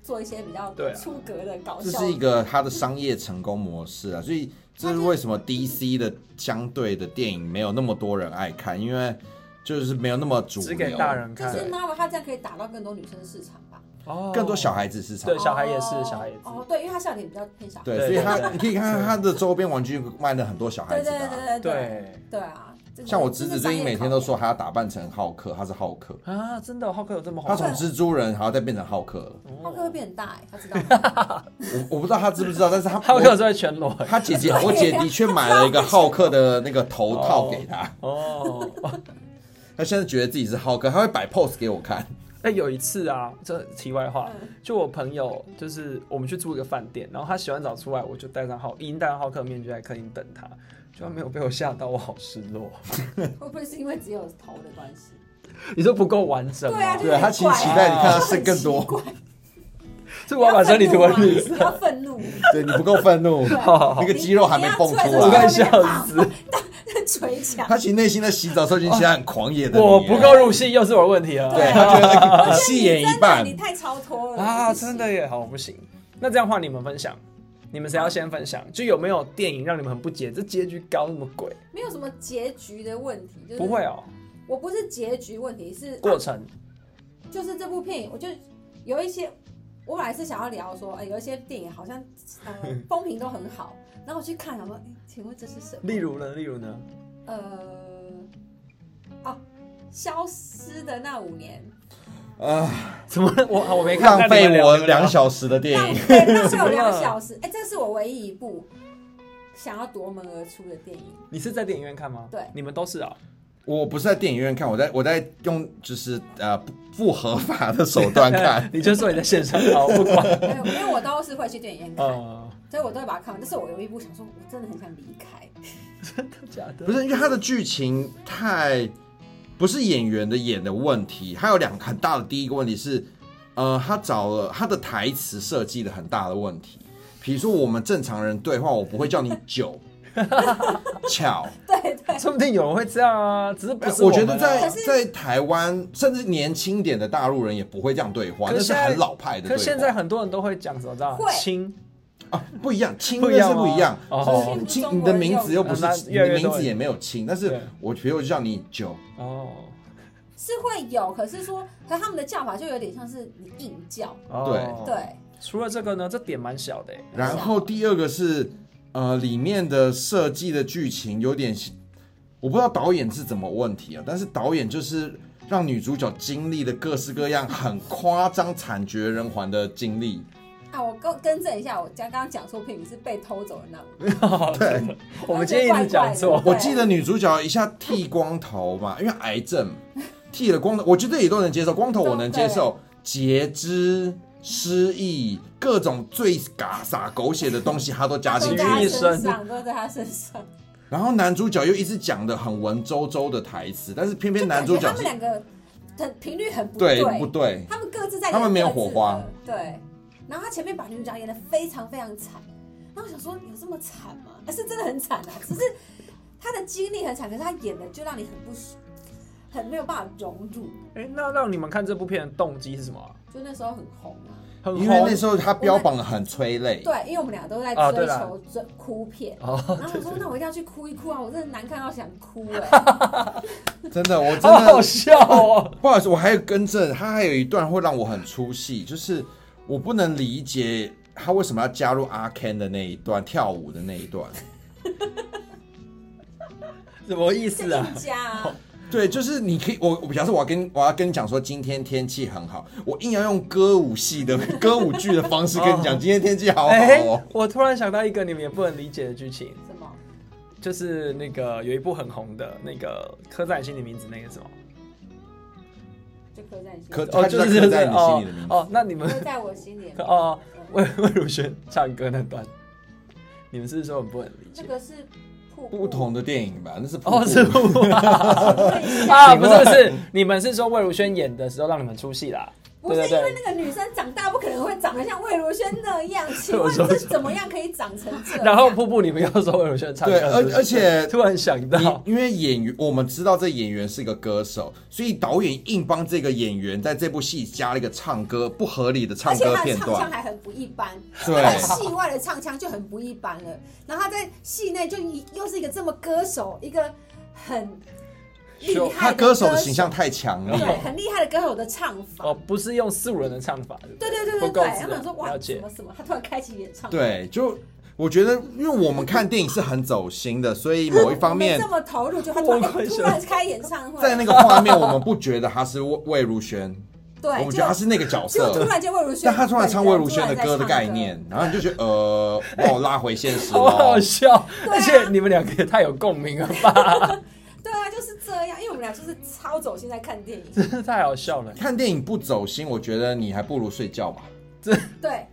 A: 做一些比较
B: 对啊
A: 出格的搞
C: 这
A: 笑。
C: 是一个它的商业成功模式啊，所以这是为什么 DC 的相对的电影没有那么多人爱看，因为就是没有那么主
B: 只给
C: 流，
B: 大人
A: 就
B: 看。
A: 是 Marvel 它这样可以打到更多女生市场吧？
B: 哦
C: 更多小孩子市场
B: 对。小孩也是
A: 哦
B: 小孩也是
A: 哦，对，因为它笑点比较偏小孩。
C: 对，
B: 对
C: 所以
B: 对
C: 它
B: 对
C: 你可以看它的周边玩具卖了很多小孩
A: 对
C: 子的
A: 对
C: 啊、
A: 对对对
B: 对
A: 对啊！这是
C: 像我侄子最近每天都，
A: 这
C: 说
A: 是商业考量
C: 他要打扮成浩克，他是浩克，
B: 啊，真的浩克有这么
C: 他
B: 好
C: 从
B: 看？
C: 蜘蛛人然后再变成浩克了。
A: 浩克会变很大哎，他知道吗。
C: 我我不知道他知不知道，但是他
B: 浩克是会全裸
C: 我他姐姐我姐的确买了一个浩克的那个头套给他，
B: 哦。
C: 他现在觉得自己是浩克，他会摆 pose 给我看。
B: 哎、有一次啊，这题外话，
A: 嗯
B: 就我朋友就是我们去住一个饭店，然后他洗完澡出来，我就戴上浩已经戴上浩克面具在客厅等他，就他没有被我吓到，我好失落。
A: 会不会是因为只有头的关系？
B: 你说不够完整吗？
A: 对啊，就是
C: 对他其实期待你看他是更 多
A: 很奇怪
B: 这我要把整理图文绿
A: 你
B: 色。
A: 要愤怒，
C: 对你不够愤怒，
B: 好好好
C: 那个肌肉还没蹦
A: 你
C: 出
A: 要
B: 我
A: 出来
B: 快
C: 来
A: 的。时
B: 笑死！
A: 捶墙。
C: 他其实内心在洗澡的时候已经其实很狂野的你了，
B: 哦我不够入戏又是我的问题了。啊
C: 对，他觉得你戏演一半
A: 真的，你太超脱了
B: 啊，真的。耶，好我不行。那这样换你们分享，你们谁要先分享？就有没有电影让你们很不解？这结局搞什么鬼？
A: 你不行没有什么结局的问题，就是
B: 不会，哦，
A: 我不是结局问题，是
B: 过程
A: 就是这部片影，我就有一些，我本来是想要聊说，哎，有一些电影好像 呃风评都很好，然后我去看，想说，哎，请问这是什么？
B: 例如呢？例如呢？
A: 呃，哦，消失的那五年，
C: 啊，
B: 怎么了我我没看？
C: 浪费我两
B: 两
C: 小时的电
A: 浪
C: 影。
A: 费浪费
B: 么
A: 我两
B: 了
A: 小时， 哎、这是我唯一一部想要夺门而出的电影。
B: 你是在电影院看吗？
A: 对
B: 你们都是啊。。
C: 我不是在电影院看，我在我在用就是呃不不合法的手段看
B: 你就说你在线上啊，我不 管。
A: 没有，因为我都是会去电影院看，
C: 哦
B: 呃，
A: 所以我都会把它看完。但是我有一部想说，我真的很想离开。
B: 真的假的？
C: 不是因为它的剧情太不是演员的演的问题，还有两个很大的第一个问题是，呃，他找了他的台词设计的很大的问题。比如说我们正常人对话，我不会叫你酒 巧，
A: 对对，
B: 说不定有人会这样啊，只是 不是
C: 哎我
B: 们
C: 觉得
B: 啊
C: 在
A: 可是
C: 在台湾，甚至年轻点的大陆人也不会这样对话，
B: 可
C: 那
B: 是
C: 是
B: 现在
C: 很老派的对
B: 可
C: 话。
B: 是现在很多人都会讲什么？知道吗
A: 会
B: 亲
C: 啊，不一样，亲
B: 不一
C: 那
B: 样
C: 是不一样，
B: 吗
C: 就是
B: 哦
C: 你亲
A: 中国
C: 你的
A: 人
C: 名字又不是
B: 用
C: 亲，
B: 嗯
C: 你
B: 越来
C: 的
B: 越
C: 名
B: 多
C: 字
B: 人
C: 也没有亲，但
B: 对
C: 是我比如就叫你酒，
B: 哦
A: 是会有，可是说，可他们的叫法就有点像是你硬叫。
B: 哦。
A: 对，
B: 除了这个呢，这点蛮小 的欸。
C: 然后第二个是呃里面的设计的剧情有点，我不知道导演是怎么问题啊，但是导演就是让女主角经历了各式各样很夸张、惨绝人寰的经历，
A: 啊，我更更正一下，我刚刚刚讲错片名是被偷走的那五年。
C: 对。
B: 我们今天一直讲错
A: 怪怪，的
C: 我记得女主角一下剃光头嘛，因为癌症，剃了光头，我觉得也都能接受。光头我能接受，截肢、失忆，各种最嘎撒狗血的东西，她都加
A: 都
C: 进
A: 在
C: 去。
A: 他
B: 医
A: 身
B: 生
A: 上，都在他身上。
C: 然后男主角又一直讲的很文绉绉的台词，但是偏偏男主
A: 就
C: 角
A: 感觉他们
C: 是
A: 两个很频率很不
C: 对不对？
A: 他们各自在演
C: 他们没有
A: 各自的
C: 火花，
A: 对。然后他前面把女主角演 的非常非常惨，然后我想说有这么惨吗？啊是真的很惨啊，只是他的经历很惨，可是他演的就让你很不舒，很没有办法融入。
B: 哎、那让你们看这部片的动机是什么啊、
A: 就那时候很红啊，
B: 很
C: 因为
B: 红
C: 那时候他标榜的很催泪，
A: 对，因为我们俩都在
B: 啊
A: 追
B: 对啦
A: 求追哭片。
B: 哦，
A: 然后我说：“那我一定要去哭一哭啊！我真的难看到想哭哎、
C: 真的，我真
B: 好好
C: 的
B: 笑哦。
C: 不好意思，我还有更正，他还有一段会让我很出戏，就是我不能理解他为什么要加入阿 Ken 的那一段跳舞的那 一段。
B: 什么意
A: 是
B: 思啊
A: 硬？加、啊。
C: 对，就是你可以，我我假设我要跟我要跟你讲说今天天气很好，我硬要用歌舞戏的歌舞剧的方式跟你
A: 哦
C: 讲今天天气好好
B: 哎、
C: 哦。
B: 我突然想到一个你们也不能理解的剧情，
A: 什么？
B: 就是那个有一部很红的那个刻在你心里名字那个什么，
A: 就刻在你心里，
C: 刻
A: 刻
C: 它
B: 哦，
C: 就
B: 就是是
C: 刻在你心里的名字
B: 哦哦，那你们
A: 在我心 里。嗯
B: 哦， 魏魏如萱唱歌那段，你们是不是说很不能理
A: 这
B: 解？
A: 个是瀑布
C: 不同的电影吧，那是瀑布
B: 哦，是不啊，
A: 啊
B: 不是不是，你们是说魏如萱演的时候让你们出戏啦？
A: 不是
B: 对对
A: 因为那个女生长大不可能会长得像魏如萱那样， 请
B: 我
A: 问
B: 说
A: 这怎么样可以长成这样？
B: 然后瀑布你们又说魏如萱唱歌，
C: 对，而而且
B: 突然想到，
C: 因因为演员，我们知道这演员是一个歌手，所以导演硬帮这个演员在这部戏加了一个唱歌不合理的
A: 而
C: 唱
A: 且
C: 歌
A: 她的
C: 片
A: 唱腔
C: 段。
A: 还很不一般，
C: 对
A: 她的戏外的唱腔就很不一般了。然后她在戏内就一又是一个这么歌手，一个很厉害的
C: 他歌手的形象太强
A: 对，
C: 了，
A: 很厉害的歌手的唱法。
B: 哦，不是用素人的唱法，对不
A: 对对对
B: 不
A: 对
B: 够
A: 对，
B: 自
A: 他们想
B: 然
A: 说哇
B: 了解
A: 什么什么，他突然开启演唱会，
C: 对，就我觉得，因为我们看电影是很走心的，所以某一方面
A: 没这么投入，就他突 然
B: 我快
A: 哎突然开演唱会，
C: 在那个画面，我们不觉得他是魏魏如萱，
A: 对，
C: 我们觉
A: 就
C: 得他是那个角
A: 就突
C: 色。
A: 然间魏如萱，
C: 但他突然唱魏如萱的
A: 突然在
C: 歌
A: 唱
C: 的概念，然后你就觉得呃，把我拉回现实
B: 好
C: 哦了
B: 好。笑，
A: 对啊
B: 而且你们两个也太有共鸣了吧，
A: 对啊，就是这样，因为我们俩就是超走心在看电影。
B: 真是 太好笑了，
C: 看电影不走心，我觉得你还不如睡觉吧。
A: 对，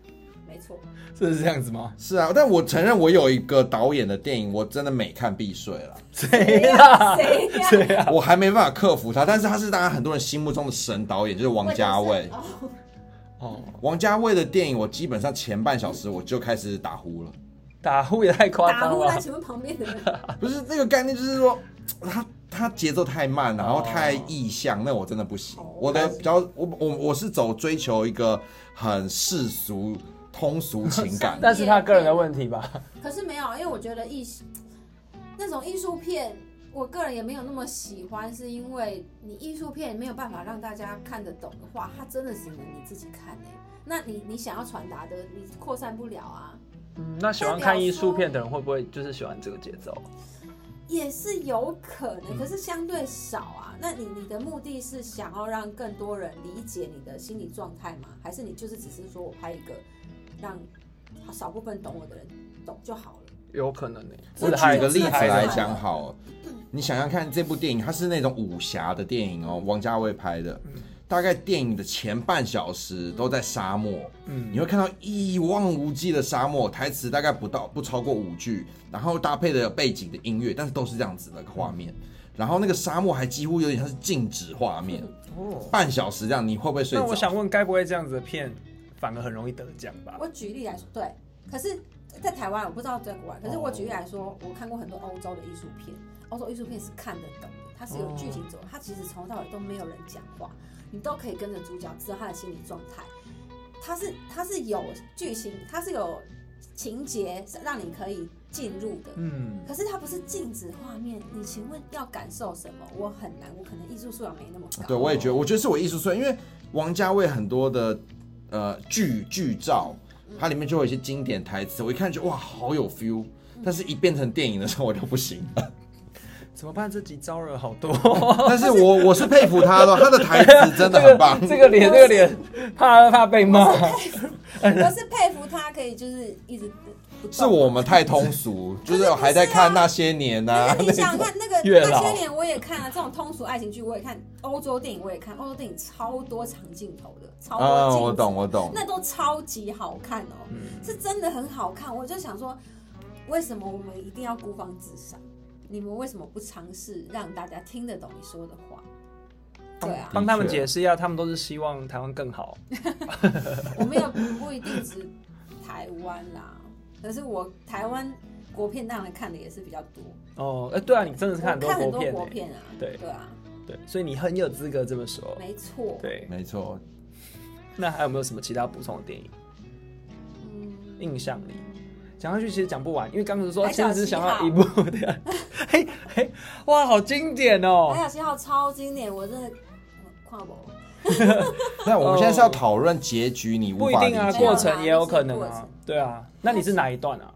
A: 没错，
B: 真 的是这样子吗？
C: 是啊，但我承认我有一个导演的电影，我真的每看必睡了，
B: 谁
A: 呀
B: 啦？
A: 谁呀
B: 谁呀？
C: 我还没办法克服他。但是他是大家很多人心目中的神导演，就是王家卫。
A: 哦
B: 哦，
C: 王家卫的电影，我基本上前半小时我就开始打呼了。
B: 打呼也太夸
A: 哦打
B: 张
A: 呼
B: 了
A: 啦，
B: 吧。
A: 请问旁边的人，
C: 不是那个概念，就是说他他节奏太慢，然后
B: 哦
C: 太意象，那我真的不行
A: 哦。
C: 我的比较，我我我是走追求一个很世俗通俗情感。
B: 但是他个人的问题吧，
A: 可是没有，因为我觉得艺术那种艺术片，我个人也没有那么喜欢，是因为你艺术片没有办法让大家看得懂的话，它真的只能你自己看哎、那你你想要传达的，你扩散不了啊，
B: 嗯，那喜欢看艺术片的人会不会就是喜欢这个节奏？
A: 也是有可
C: 嗯
A: 能，可是相对少啊。那你你的目的是想要让更多人理解你的心理状态吗？还是你就是只是说我拍一个让少部分懂我的人懂就好了？
B: 有可能呢、
C: 我
B: 自嗨
C: 举个例子
B: 自嗨的
C: 来讲好了，你想想看，这部电影它是那种武侠的电影哦，王家卫拍的。
B: 嗯
C: 大概电影的前半小时都在沙漠，
B: 嗯
C: 你会看到一望无际的沙漠，台词大概不到不超过五句，然后搭配的背景的音乐，但是都是这样子的画面。
B: 嗯
C: 然后那个沙漠还几乎有点像是静止画面，
B: 哦。
C: 半小时这样，你会不会睡
B: 那
C: 着？
B: 我想问，该不会这样子的片反而很容易得奖吧？
A: 我举例来说，对，可是，在台湾我不知道在国外，可是我举例来说，我看过很多欧洲的艺术片，欧洲艺术片是看得懂的，它是有剧
C: 哦
A: 情走，它其实从头到尾都没有人讲话，你都可以跟着主角知道他的心理状态，它是它是有剧情，它是有情节是让你可以进入的。
B: 嗯，
A: 可是它不是静止画面，你请问要感受什么？我很难，我可能艺术素养没那么高。
C: 对，我也觉得，我觉得是我艺术素养，因为王家卫很多的呃剧剧照，它里面就有一些经典台词，我一看就哇好有 feel，但是一变成电影的时候我就不行了。
B: 怎么办？这集招惹好多，
C: 但是我我是佩服他的，他的台词真的很棒。
B: 这个脸，这个脸，怕怕被 骂。
A: 我是佩服他可以就是一直不动
C: 是我们太通俗，就是还在看那些年呐、
A: 可是你
C: 啊那
A: 想想
C: 种
A: 看，那个
B: 月
A: 那
B: 老
A: 些年我也看啊，这种通俗爱情剧我也看，欧洲电影我也看，欧洲电影超多长镜头的，超多
C: 啊，
A: 镜
C: 我懂，我懂。
A: 那都超级好看哦，是真的很好看。我就想说，为什么我们一定要孤芳自赏？你们为什么不尝试让大家听得懂你说的话？对 啊，
B: 帮他们解释一下，他们都是希望台湾更好。
A: 我没有不一定指台湾啦，可是我台湾国片当然看的也是比较多，
B: 哦，哎、对啊，你真的是看
A: 我
B: 很
A: 看很
B: 多
A: 多国
B: 国片、欸，
A: 片啊，
B: 对
A: 对啊，
B: 对，所以你很有资格这么说。
A: 没错，
B: 对，
C: 没错，
B: 那还有没有什么其他补充的电影
A: 嗯，
B: 印象里？讲下去其实讲不完，因为刚才说
A: 海
B: 其
A: 角
B: 实只想要
A: 七号
B: 一部 的，嘿嘿，哇，好经典哦、
A: 海角七号超经典，我真的我跨博，
C: 那我们现在是要讨论结局，你无
B: 不一
C: 法理
B: 定
C: 解。
B: 啊，
A: 没有
B: 过
A: 啦
B: 程也有可能
A: 就是过
B: 啊
A: 程，
B: 对啊。那你是哪一段啊？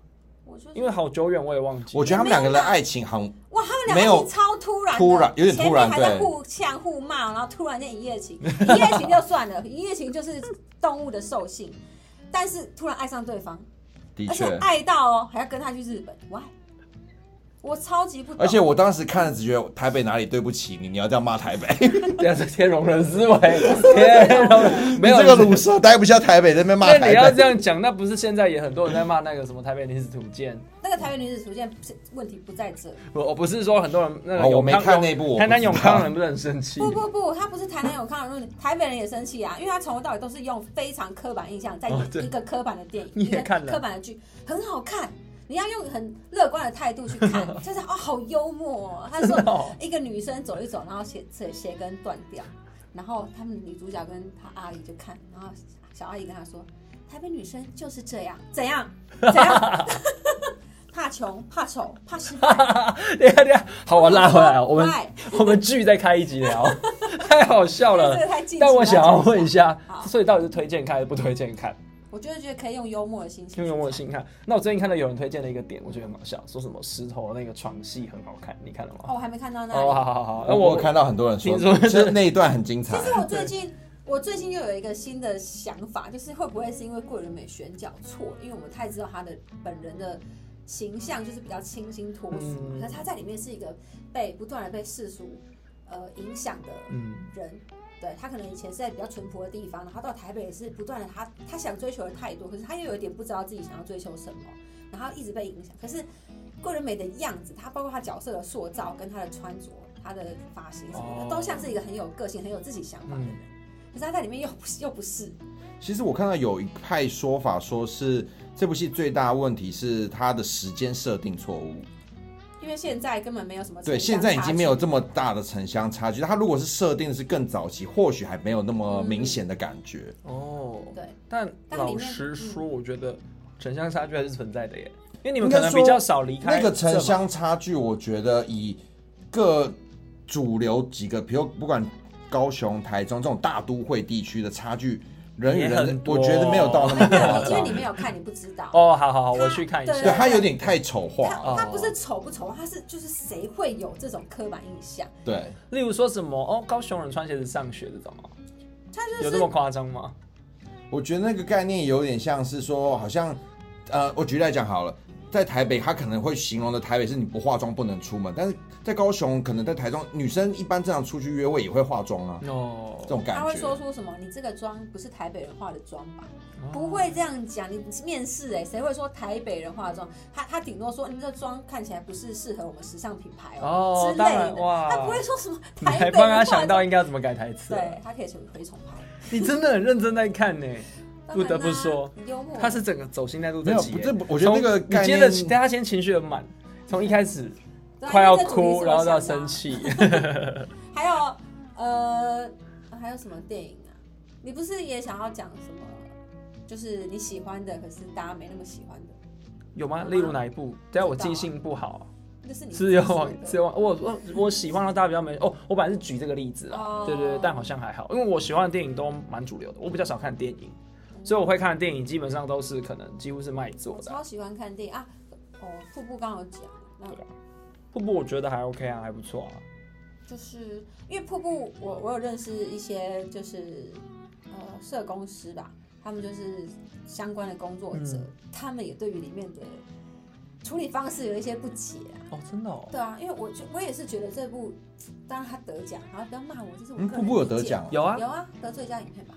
A: 我就
B: 因为好久远，我也忘记了。
C: 我觉得他们两个人爱情很
A: 哇，他们两
C: 没
A: 个
C: 有
A: 已经超突然的，
C: 突然有点突
A: 前面
C: 然
A: 还在
C: 对
A: 互呛互骂，然后突然间一夜情，一夜情就算了，一夜情就是动物的兽性，但是突然爱上对方，
C: 的
A: 而且
C: 确，
A: 爱到哦，还要跟他去日本，why？我超级不懂，
C: 而且我当时看了只觉得台北哪里对不起你，你要这样骂台北，
B: 这是 天容人思维，天容人没有
C: 你这个卤蛇待不下台北，在那边骂
B: 那你要
C: 台
B: 这
C: 北。
B: 样讲，那不是现在也很多人在骂那个什么台北临时土建？
A: 那个台北女子图鉴问题不在这，
B: 我我不是说很多人那个
C: 哦我
B: 永
C: 没
B: 康
C: 看
B: 永
C: 那部我不
B: 台南
C: 知
B: 永康
C: 道
B: 人不是很 生气？
A: 不不不，他不是台南有看的问题，台北人也生气啊，因为他从头到尾都是用非常刻板印象在
B: 哦对
A: 演一个刻板的电影，
B: 你
A: 一
B: 也
A: 个
B: 看了
A: 刻板的剧，很好看。你要用很乐观的态度去 看，就是啊、好幽默、哦。他
B: 真的
A: 说
B: 哦
A: 一个女生走一走，然后鞋鞋鞋跟断掉，然后他们女主角跟她阿姨就看，然后小阿姨跟她说，台北女生就是这样，怎样怎 样，怕穷怕丑怕失败。
B: 等一下等一下，好，我 拉回来哦，我们
A: Why？
B: 我们剧再开一集聊， 太好笑
A: 这
B: 了
A: 个。太近期
B: 但我想要
A: 讲一
B: 问一下，
A: 好
B: 所以到底是推荐看还是不推荐看？
A: 我就是觉得可以用幽默的心情去
B: 因
A: 看，
B: 为我新看，那我最近看到有人推荐了一个点，我觉得很好笑，说什么石头那个床戏很好看，你看了吗？
A: 哦，我还没看到那里。
B: 哦，好好好，那
C: 哎我
B: 我
C: 我看到很多人说
B: 听说，
C: 其实那一段很精彩
A: 其。实我最近，我最近又有一个新的想法，就是会不会是因为桂纶镁选角错？因为我们太知道她的本人的形象就是比较清新脱俗嘛，
B: 嗯
A: 那、她在里面是一个被不断的被世俗呃影响的
B: 嗯，
A: 人。对她可能以前是在比较淳朴的地方，然后到台北也是不断的她她想追求的太多，可是她又有一点不知道自己想要追求什么，然后一直被影响。可是桂纶镁的样子，她包括她角色的塑造跟她的穿着、她的发型什么
B: 哦嗯
A: 的，都像是一个很有个性、很有自己想法的人。可是她在里面又不是又不是，
C: 其实我看到有一派说法，说是这部戏最大的问题是它的时间设定错误。
A: 因为现在根本没有什么
C: 对，
A: 城乡
C: 现在已经没有
A: 差距
C: 这么大的城乡差距。它如果是设定的是更早期，或许还没有那么明显的感觉。
A: 嗯
B: 哦，
A: 对，
B: 但
A: 但里
B: 老
A: 面
B: 实
A: 嗯
B: 说，我觉得城乡差距还是存在的耶，因为你们
C: 应该
B: 可能
C: 说
B: 比较少离开
C: 那个城
B: 这嘛，
C: 乡差距，我觉得以各主流几个，比如不管高雄、台中这种大都会地区的差距，人与
B: 也很
C: 人，
B: 多
C: 我觉得没有到那么 夸
A: 因为
C: 张
A: 你。没有看，你不知道。
B: 哦，好好好，我去看一下
A: 对。
C: 对，它有点太丑化。
A: 他他
B: 哦
A: 不是丑不丑，他是就是谁会有这种刻板印象？
C: 对，
B: 例如说什么哦，高雄人穿鞋子上学这种吗？
A: 他就是
B: 有这么夸张吗？
C: 我觉得那个概念有点像是说，好像，呃，我举例来讲好了，在台北，他可能会形容的台北是你不化妆不能出门，但是在高雄，可能在台中，女生一般正常出去约会也会化妆啊，
B: 哦
C: 这，种感
A: 他会说
C: 觉。
A: 出什么？你这个妆不是台北人化的妆吧？
B: 哦
A: 不会这样讲，你面试哎、谁会说台北人化妆？他他顶多说你这妆看起来不是适合我们时尚品牌
B: 哦
A: 哦之
B: 当
A: 类
B: 然
A: 的，
B: 哇
A: 他不会说什么
B: 你
A: 台北
B: 还
A: 人
B: 帮他
A: 化
B: 想
A: 妆。
B: 到应该要怎么改台词了？
A: 对，他可以成为回重拍。
B: 你真的很认真在看呢、
A: 嗯
B: 不得不说
A: 当然啦，很幽默。
B: 他是整个走心态度
C: 没
B: 在
C: 有，
B: 挤
C: 不
B: 耶、
C: 这不我觉得那个
B: 从
C: 概
B: 你接
C: 念
B: 着，但他先情绪很满，从一开始
A: 对啊
B: 快要
A: 因为这主题
B: 哭，
A: 是我
B: 然后到
A: 想的啊。
B: 生气，
A: 还有呃，还有什么电影啊？你不是也想要讲什么？就是你喜欢的，可是大家没那么喜欢的，
B: 有吗？例如哪一部？等下我记性不好，
A: 那是你
B: 是有
A: 自己
B: 往
A: 的
B: 是有往我我我喜欢让大家比较没哦，我本来是举这个例子啊
A: 哦，
B: 对对对，但好像还好，因为我喜欢的电影都蛮主流的，我比较少看电影，所以我会看的电影基本上都是可能几乎是卖座
A: 我
B: 的啊。
A: 超喜欢看电影啊！哦，瀑布刚刚有讲，那
B: 瀑布我觉得还 OK 啊，还不错啊。
A: 就是因为瀑布我，我有认识一些就是呃社工师吧，他们就是相关的工作者，
B: 嗯
A: 他们也对于里面的处理方式有一些不解啊。
B: 哦，真的哦，
A: 对啊，因为我觉我也是觉得这部，当然他得奖，然后不要骂我，这是我个
C: 嗯，
A: 人、
C: 瀑布有得奖，啊，
B: 有啊，
A: 有啊，得最佳影片吧。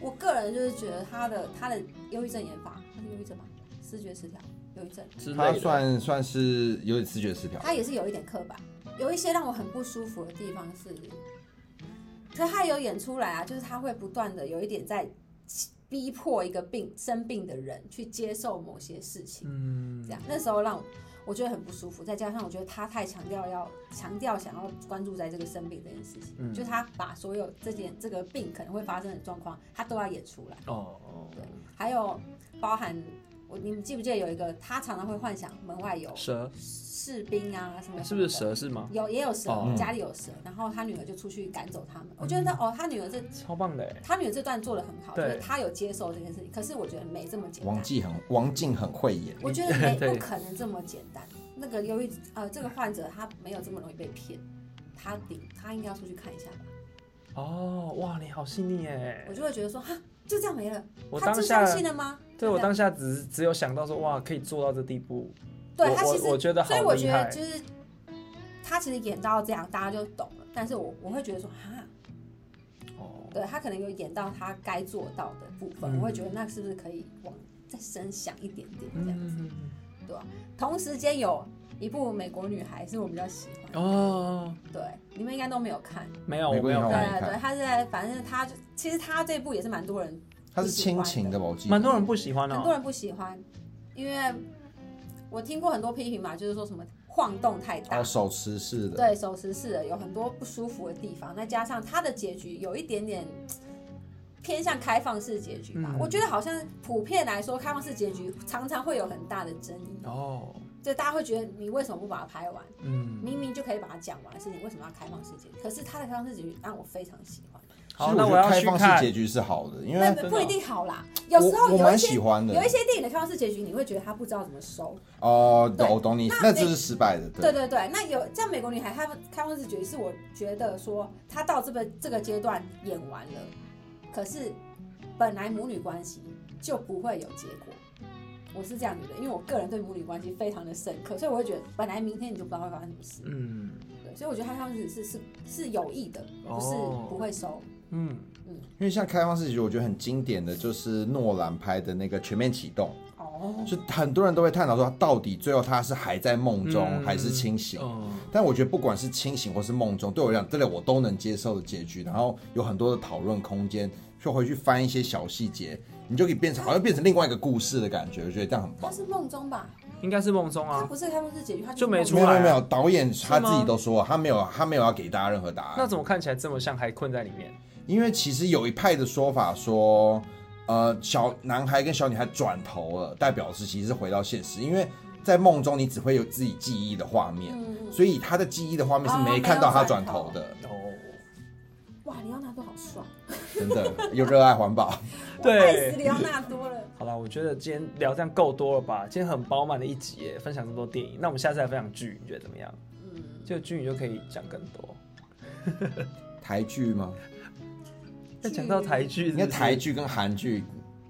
A: 我个人就是觉得他的他的忧郁症研发，他是忧郁症吧，视觉失调，忧郁症。
B: 之
C: 他
B: 类的。
C: 算算是有点视觉失调。
A: 它也是有一点刻板，有一些让我很不舒服的地方是，可是他有演出来啊，就是他会不断的有一点在逼迫一个病生病的人去接受某些事情，
B: 嗯
A: 这，样那时候让我我觉得很不舒服，再加上我觉得他太强调要强调想要关注在这个生病这件事情，
B: 嗯
A: 就他把所有这件这个病可能会发生的状况，他都要演出来。
B: 哦哦，
A: 对，还有包含我，你们记不记得有一个他常常会幻想门外有
B: 哦蛇
A: 士兵啊什么
B: 哎是不是
A: 什么
B: 蛇是吗
A: 的？？有也有蛇，
B: 哦
A: 家里有蛇，然后他女儿就出去赶走他们。我觉得哦，他女儿这
B: 超棒的哎，
A: 他女儿这段做的很好，就
B: 对
A: 是他有接受这件事情，可是我觉得没这么简单
C: 王。静很王静很会演，
A: 我觉得没
B: 对
A: 不可能这么简单。那个忧郁呃，这个患者他没有这么容易被骗，他顶他应该要出去看一下吧。
B: 哦哇，你好细腻哎
A: 我，就会觉得说哈，就这样没了，
B: 我
A: 他
B: 当
A: 就
B: 下
A: 相信了吗？
B: 对我
A: 就这样
B: 当下只只有想到说哇，可以做到这地步，
A: 对
B: 我
A: 他其实
B: 我我觉得好
A: 所以我
B: 厉
A: 觉得
B: 害
A: 就是他其实演到这样，大家就懂了。但是我我会觉得说，哈，
B: 哦，
A: 对他可能有演到他该做到的部分，
B: 嗯
A: 我会觉得那是不是可以往再深想一点点这样子？
B: 嗯
A: 同时间有一部《美国女孩》是我比较喜欢，
B: 哦，
A: 对，你们应该都没有看。
B: 没有
C: 玫
B: 我
C: 瑰
B: 没有
C: 好
A: 对
B: 看，
C: 你看
A: 对，他是在反正他就其实他这部也是蛮多人
C: 她是亲情的吧？我记得
B: 蛮多人不喜欢
A: 很多
B: 哦，
A: 人不喜欢，因为我听过很多批评嘛，就是说什么晃动太大，
C: 哦，手持式的，
A: 对，手持式的有很多不舒服的地方，再加上它的结局有一点点偏向开放式结局吧。
B: 嗯
A: 我觉得好像普遍来说，开放式结局常常会有很大的争议，
B: 哦，
A: 就大家会觉得你为什么不把它拍完？
B: 嗯，
A: 明明就可以把它讲完的事情，为什么要开放式结局？可是它的开放式结局让我非常喜欢，
C: 其实
B: 好，那
C: 我
B: 要
C: 觉得开
B: 去
C: 放
B: 看
C: 式结，局是好的，因
A: 那
C: 为
B: 真的
A: 不
B: 哦
A: 一定好啦。有时候
C: 我我
A: 有
C: 蛮
A: 一些
C: 喜欢的
A: 有一些电影的开放式结局，你会觉得他不知道怎么收。
C: 哦，
A: 对
C: 懂我懂你，
A: 那
C: 那就是失败的，
A: 对，对对，那有像美国女孩，她们开放式结局是我觉得说，她到这个这个阶段演完了，可是本来母女关系就不会有结果，我是这样觉得，因为我个人对母女关系非常的深刻，所以我会觉得本来明天你就不知道会发生什么事，
B: 嗯
A: 对，所以我觉得她开放式是是是有意的，不是
B: 哦
A: 不会收，
B: 嗯，
C: 因为像开放式结局，我觉得很经典的就是诺兰拍的那个《全面启动》，
A: 哦，
C: 就很多人都会探讨说，到底最后他是还在梦中
B: 嗯
C: 还是清醒？
B: 哦，
C: 但我觉得不管是清醒或是梦中，对我来讲，这类我都能接受的结局，然后有很多的讨论空间，就回去翻一些小细节，你就可以变成好像变成另外一个故事的感觉，我觉得这样很
A: 她
C: 棒。
A: 是梦中吧，
B: 应该是梦中
A: 她
B: 啊，
A: 不是开放式结局，她
B: 就没
A: 梦
B: 出
A: 中
C: 没有
B: 来
C: 没
B: 啊
C: 有没有，导演他
B: 是
C: 自
B: 吗
C: 己都说他没有他没有要给大家任何答案。
B: 那怎么看起来这么像还困在里面？
C: 因为其实有一派的说法说，呃，小男孩跟小女孩转头了，代表是其实是回到现实，因为在梦中你只会有自己记忆的画面，
A: 嗯，
C: 所以他的记忆的画面是
A: 哦
C: 没看到他转头的。
B: 哦，
A: 哇，里奥纳多好帅，
C: 真的，又热爱环保，
A: 我
B: 对
A: 爱死里奥纳多了。
B: 好啦，我觉得今天聊这样够多了吧？今天很饱满的一集耶，分享这么多电影。那我们下次来分享剧，你觉得怎么样？
A: 嗯，
B: 就剧你就可以讲更多。
C: 台剧吗？
B: 那讲到台剧，
C: 应该台，剧跟韩剧，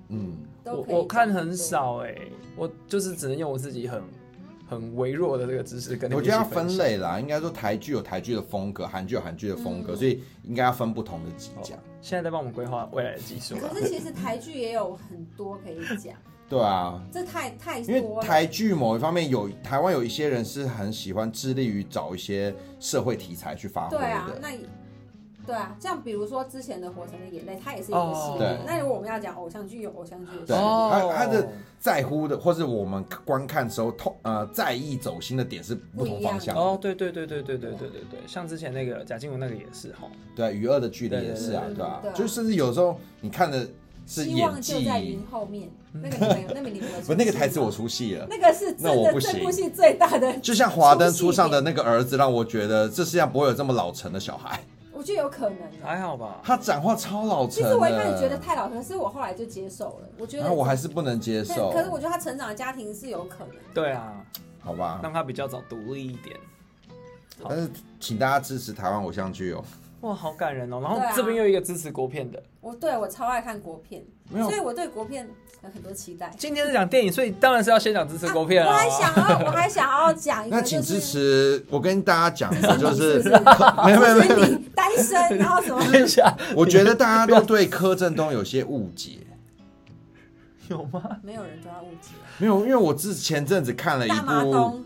C: 嗯，
A: 都
B: 我
A: 可以
B: 我看
A: 讲
B: 很少哎、我就是只能用我自己很很微弱的这个知识跟你
C: 我
B: 们一
C: 觉
B: 起
C: 得要
B: 分
C: 分
B: 享。
C: 类啦。应该说台剧有台剧的风格，韩剧有韩剧的风格，所以应该要分不同的集讲。
B: 现在在帮我们规划未来的技术了
C: 啊
A: 可。是其实台剧也有很多可以讲，
C: 对啊，
A: 这太太
C: 因为
A: 多了。
C: 台剧某一方面有台湾有一些人是很喜欢致力于找一些社会题材去发挥
A: 对啊
C: 的，，
A: 那也对啊，像比如说之前的《火神的眼泪》，它也是一个系列
C: 哦。
A: 那如果我们要讲偶像剧，有偶像剧的系
C: 对
A: 列。
B: 哦
C: 他他的在乎的或是我们观看时候痛呃在意走心的点是不同方向的。
B: 哦，对对对对对对对对对，像之前那个贾静雯那个也是哈，
C: 对，娱乐的距离也是啊，
A: 对对对
C: 对啊
A: 对啊，
C: 就甚至有时候你看的是
A: 希望
C: 演
A: 就在
C: 技
A: 云，后面，那个你没有，那个你没有出
C: 不
A: 戏吗。
C: 那个台词我出戏了。
A: 那个是
C: 那
A: 真
C: 我
A: 的
C: 不行
A: 这部戏最大的，
C: 就像华灯初上的那个儿子，让我觉得这世界上不会有这么老成的小孩。
A: 我觉得有可能啊。
C: 哎
B: 还好吧？
C: 他讲话超老
A: 其
C: 成的。
A: 实我一开始觉得太老，可是我后来就接受了。我觉
C: 然
A: 得
C: 后哎我还是不能接
A: 但
C: 受。
A: 可是我觉得他成长的家庭是有可能。
B: 对啊，
C: 好吧，
B: 让他比较早独立一点。好
C: 但是请大家支持台湾偶像剧哦。
B: 哇，好感人哦！然后
A: 对啊
B: 这边又有一个支持国片的，
A: 我对我超爱看国片，
C: 没有
A: 所以我对国片有很多期待。
B: 今天是讲电影，所以当然是要先讲支持国片
A: 我
B: 啊。
A: 还想要，我还想要讲一个，
C: 那请支持，我跟大家讲一下，就
A: 就是
C: 是
A: 是不是
C: 没有没有没有
A: 就是你单身，然后什么？
B: 等一下，
C: 我觉得大家都对柯震东有些误解，
B: 有吗？
A: 没有人抓误解。
C: 没有，因为我之前阵子看了一
A: 大麻
C: 部
A: 东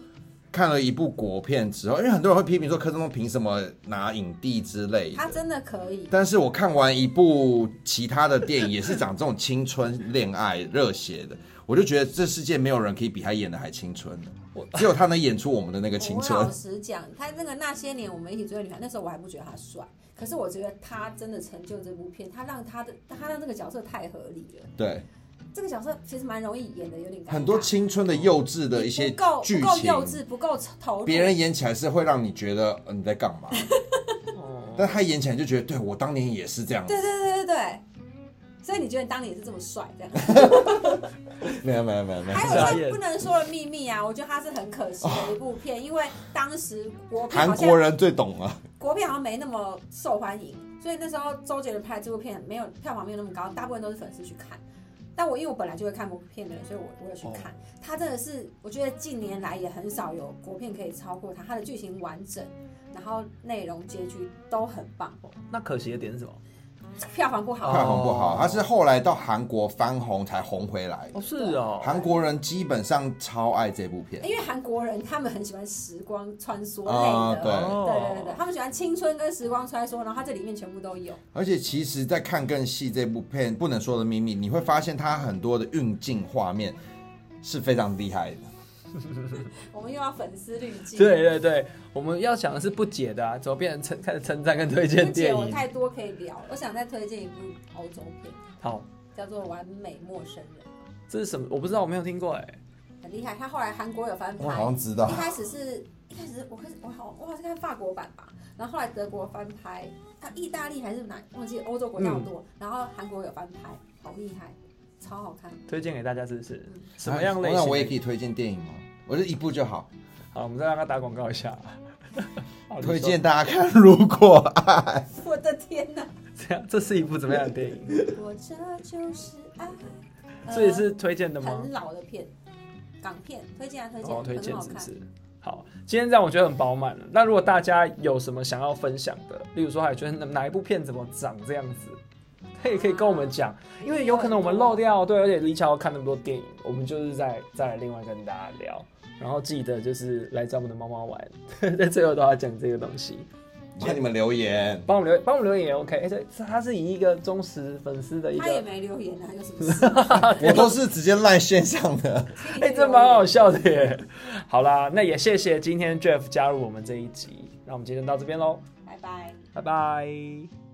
C: 看了一部国片之后，因为很多人会批评说柯震东凭什么拿影帝之类
A: 他
C: 的，
A: 真的可以，
C: 但是我看完一部其他的电影，也是讲这种青春恋爱热血的，我就觉得这世界没有人可以比他演的还青春了
B: 我
C: 只有他能演出我们的那个青
A: 我
C: 春
A: 老。实讲，他那个那些年我们一起追的女孩，那时候我还不觉得他帅，可是我觉得他真的成就这部片，他让他的他让这个角色太合理了。
C: 对，
A: 这个角色其实蛮容易演的，有点尴尬
C: 很多青春的幼稚的一些
A: 你不够
C: 剧
A: 不够
C: 情，
A: 幼稚，不够投入。
C: 别人演起来是会让你觉得、呃、你在干 嘛，
B: 哦，
C: 但他演起来就觉得，对我当年也是这样子
A: 对。对对对对，所以你觉得你当年也是这么帅这样？
C: 没有没有没有没啊有，
A: 还
B: 傻
A: 有
B: 眼
A: 就是不能说的秘密啊，我觉得它是很可惜的一部片，因为当时国片
C: 韩
A: 好像
C: 国人最懂啊了。
A: 国片好像没那么受欢迎，所以那时候周杰伦拍这部片没有票房没有那么高，大部分都是粉丝去看。但我因为我本来就会看国片的人，所以我我有
C: 哦
A: 去看。他真的是，我觉得近年来也很少有国片可以超过他，他的剧情完整，然后内容结局都很棒，
B: 那可惜的点是什么？
A: 票房不好。
C: 票房不好，他是后来到韩国翻红才红回来。
B: 哦，是哦，
C: 韩国人基本上超爱这部片，
A: 因为韩国人他们很喜欢时光穿梭
C: 啊
B: 哦
A: 类的，
C: 对
A: 对对对，他们喜欢青春跟时光穿梭，然后它这里面全部都有。
C: 而且其实，在看更细这部片《不能说的秘密》，你会发现它很多的运镜画面是非常厉害的。
A: 我们又要粉丝滤镜，
B: 对对对，我们要讲的是不解的啊，怎么变成称开始称赞跟推荐
A: 不解
B: 电
A: 我
B: 影？
A: 太多可以聊，我想再推荐一部欧洲片，
B: 好，
A: 叫做《完美陌生人
B: 这是什么？我不知道，我没有听过哎。》，
A: 很厉害。他后来韩国有翻
C: 我好啊
A: 拍，
C: 像知道
A: 一，开始是一开始是我开始我好我好像看法国版吧，然后后来德国翻拍，啊，意大利还是哪忘记欧洲国家好多，然后韩国有翻拍，好厉害，超好看。
B: 推荐给大家是不是？什么样类
C: 那嗯我
B: 型
C: 也可
B: 的？
C: 以推荐电影吗？哦我就一部就好，
B: 好，我们再让他打广告一 下。好
C: 推荐大家看《如果爱
A: 我的天哪，
B: 你说这样， 这是一部怎么样的电 影？
A: 我这就是爱。
B: 这也是推荐的吗
A: 很？老的片，港片，推荐啊推荐，
B: 哦，推荐
A: 很好
B: 是不
A: 看。
B: 是？好，今天这样我觉得很饱满了。那如果大家有什么想要分享的，例如说还觉得哪哪一部片怎么长这样子，可以可以跟我们讲，
A: 啊
B: 因为有可能我们漏掉，对，而且李巧看那么多电影，我们就是再再来另外跟大家聊。然后记得就是来找我们的猫猫玩， 在最后都要讲这个东西，》，
C: 请 你们留言。
B: 帮我们留帮我们留言也 OK，而且他是以一个忠实粉丝的一个
A: 他，也没留言啊，有什么 事？
C: 我 都是直接赖线上的，
A: 请你
B: 哎、
A: 去
B: 这
A: 留
B: 蛮
A: 言
B: 好笑的耶。 好啦，那也谢谢今天 Jeff 加入我们这一集，那我们今天到这边喽，
A: 拜拜。
B: 拜拜。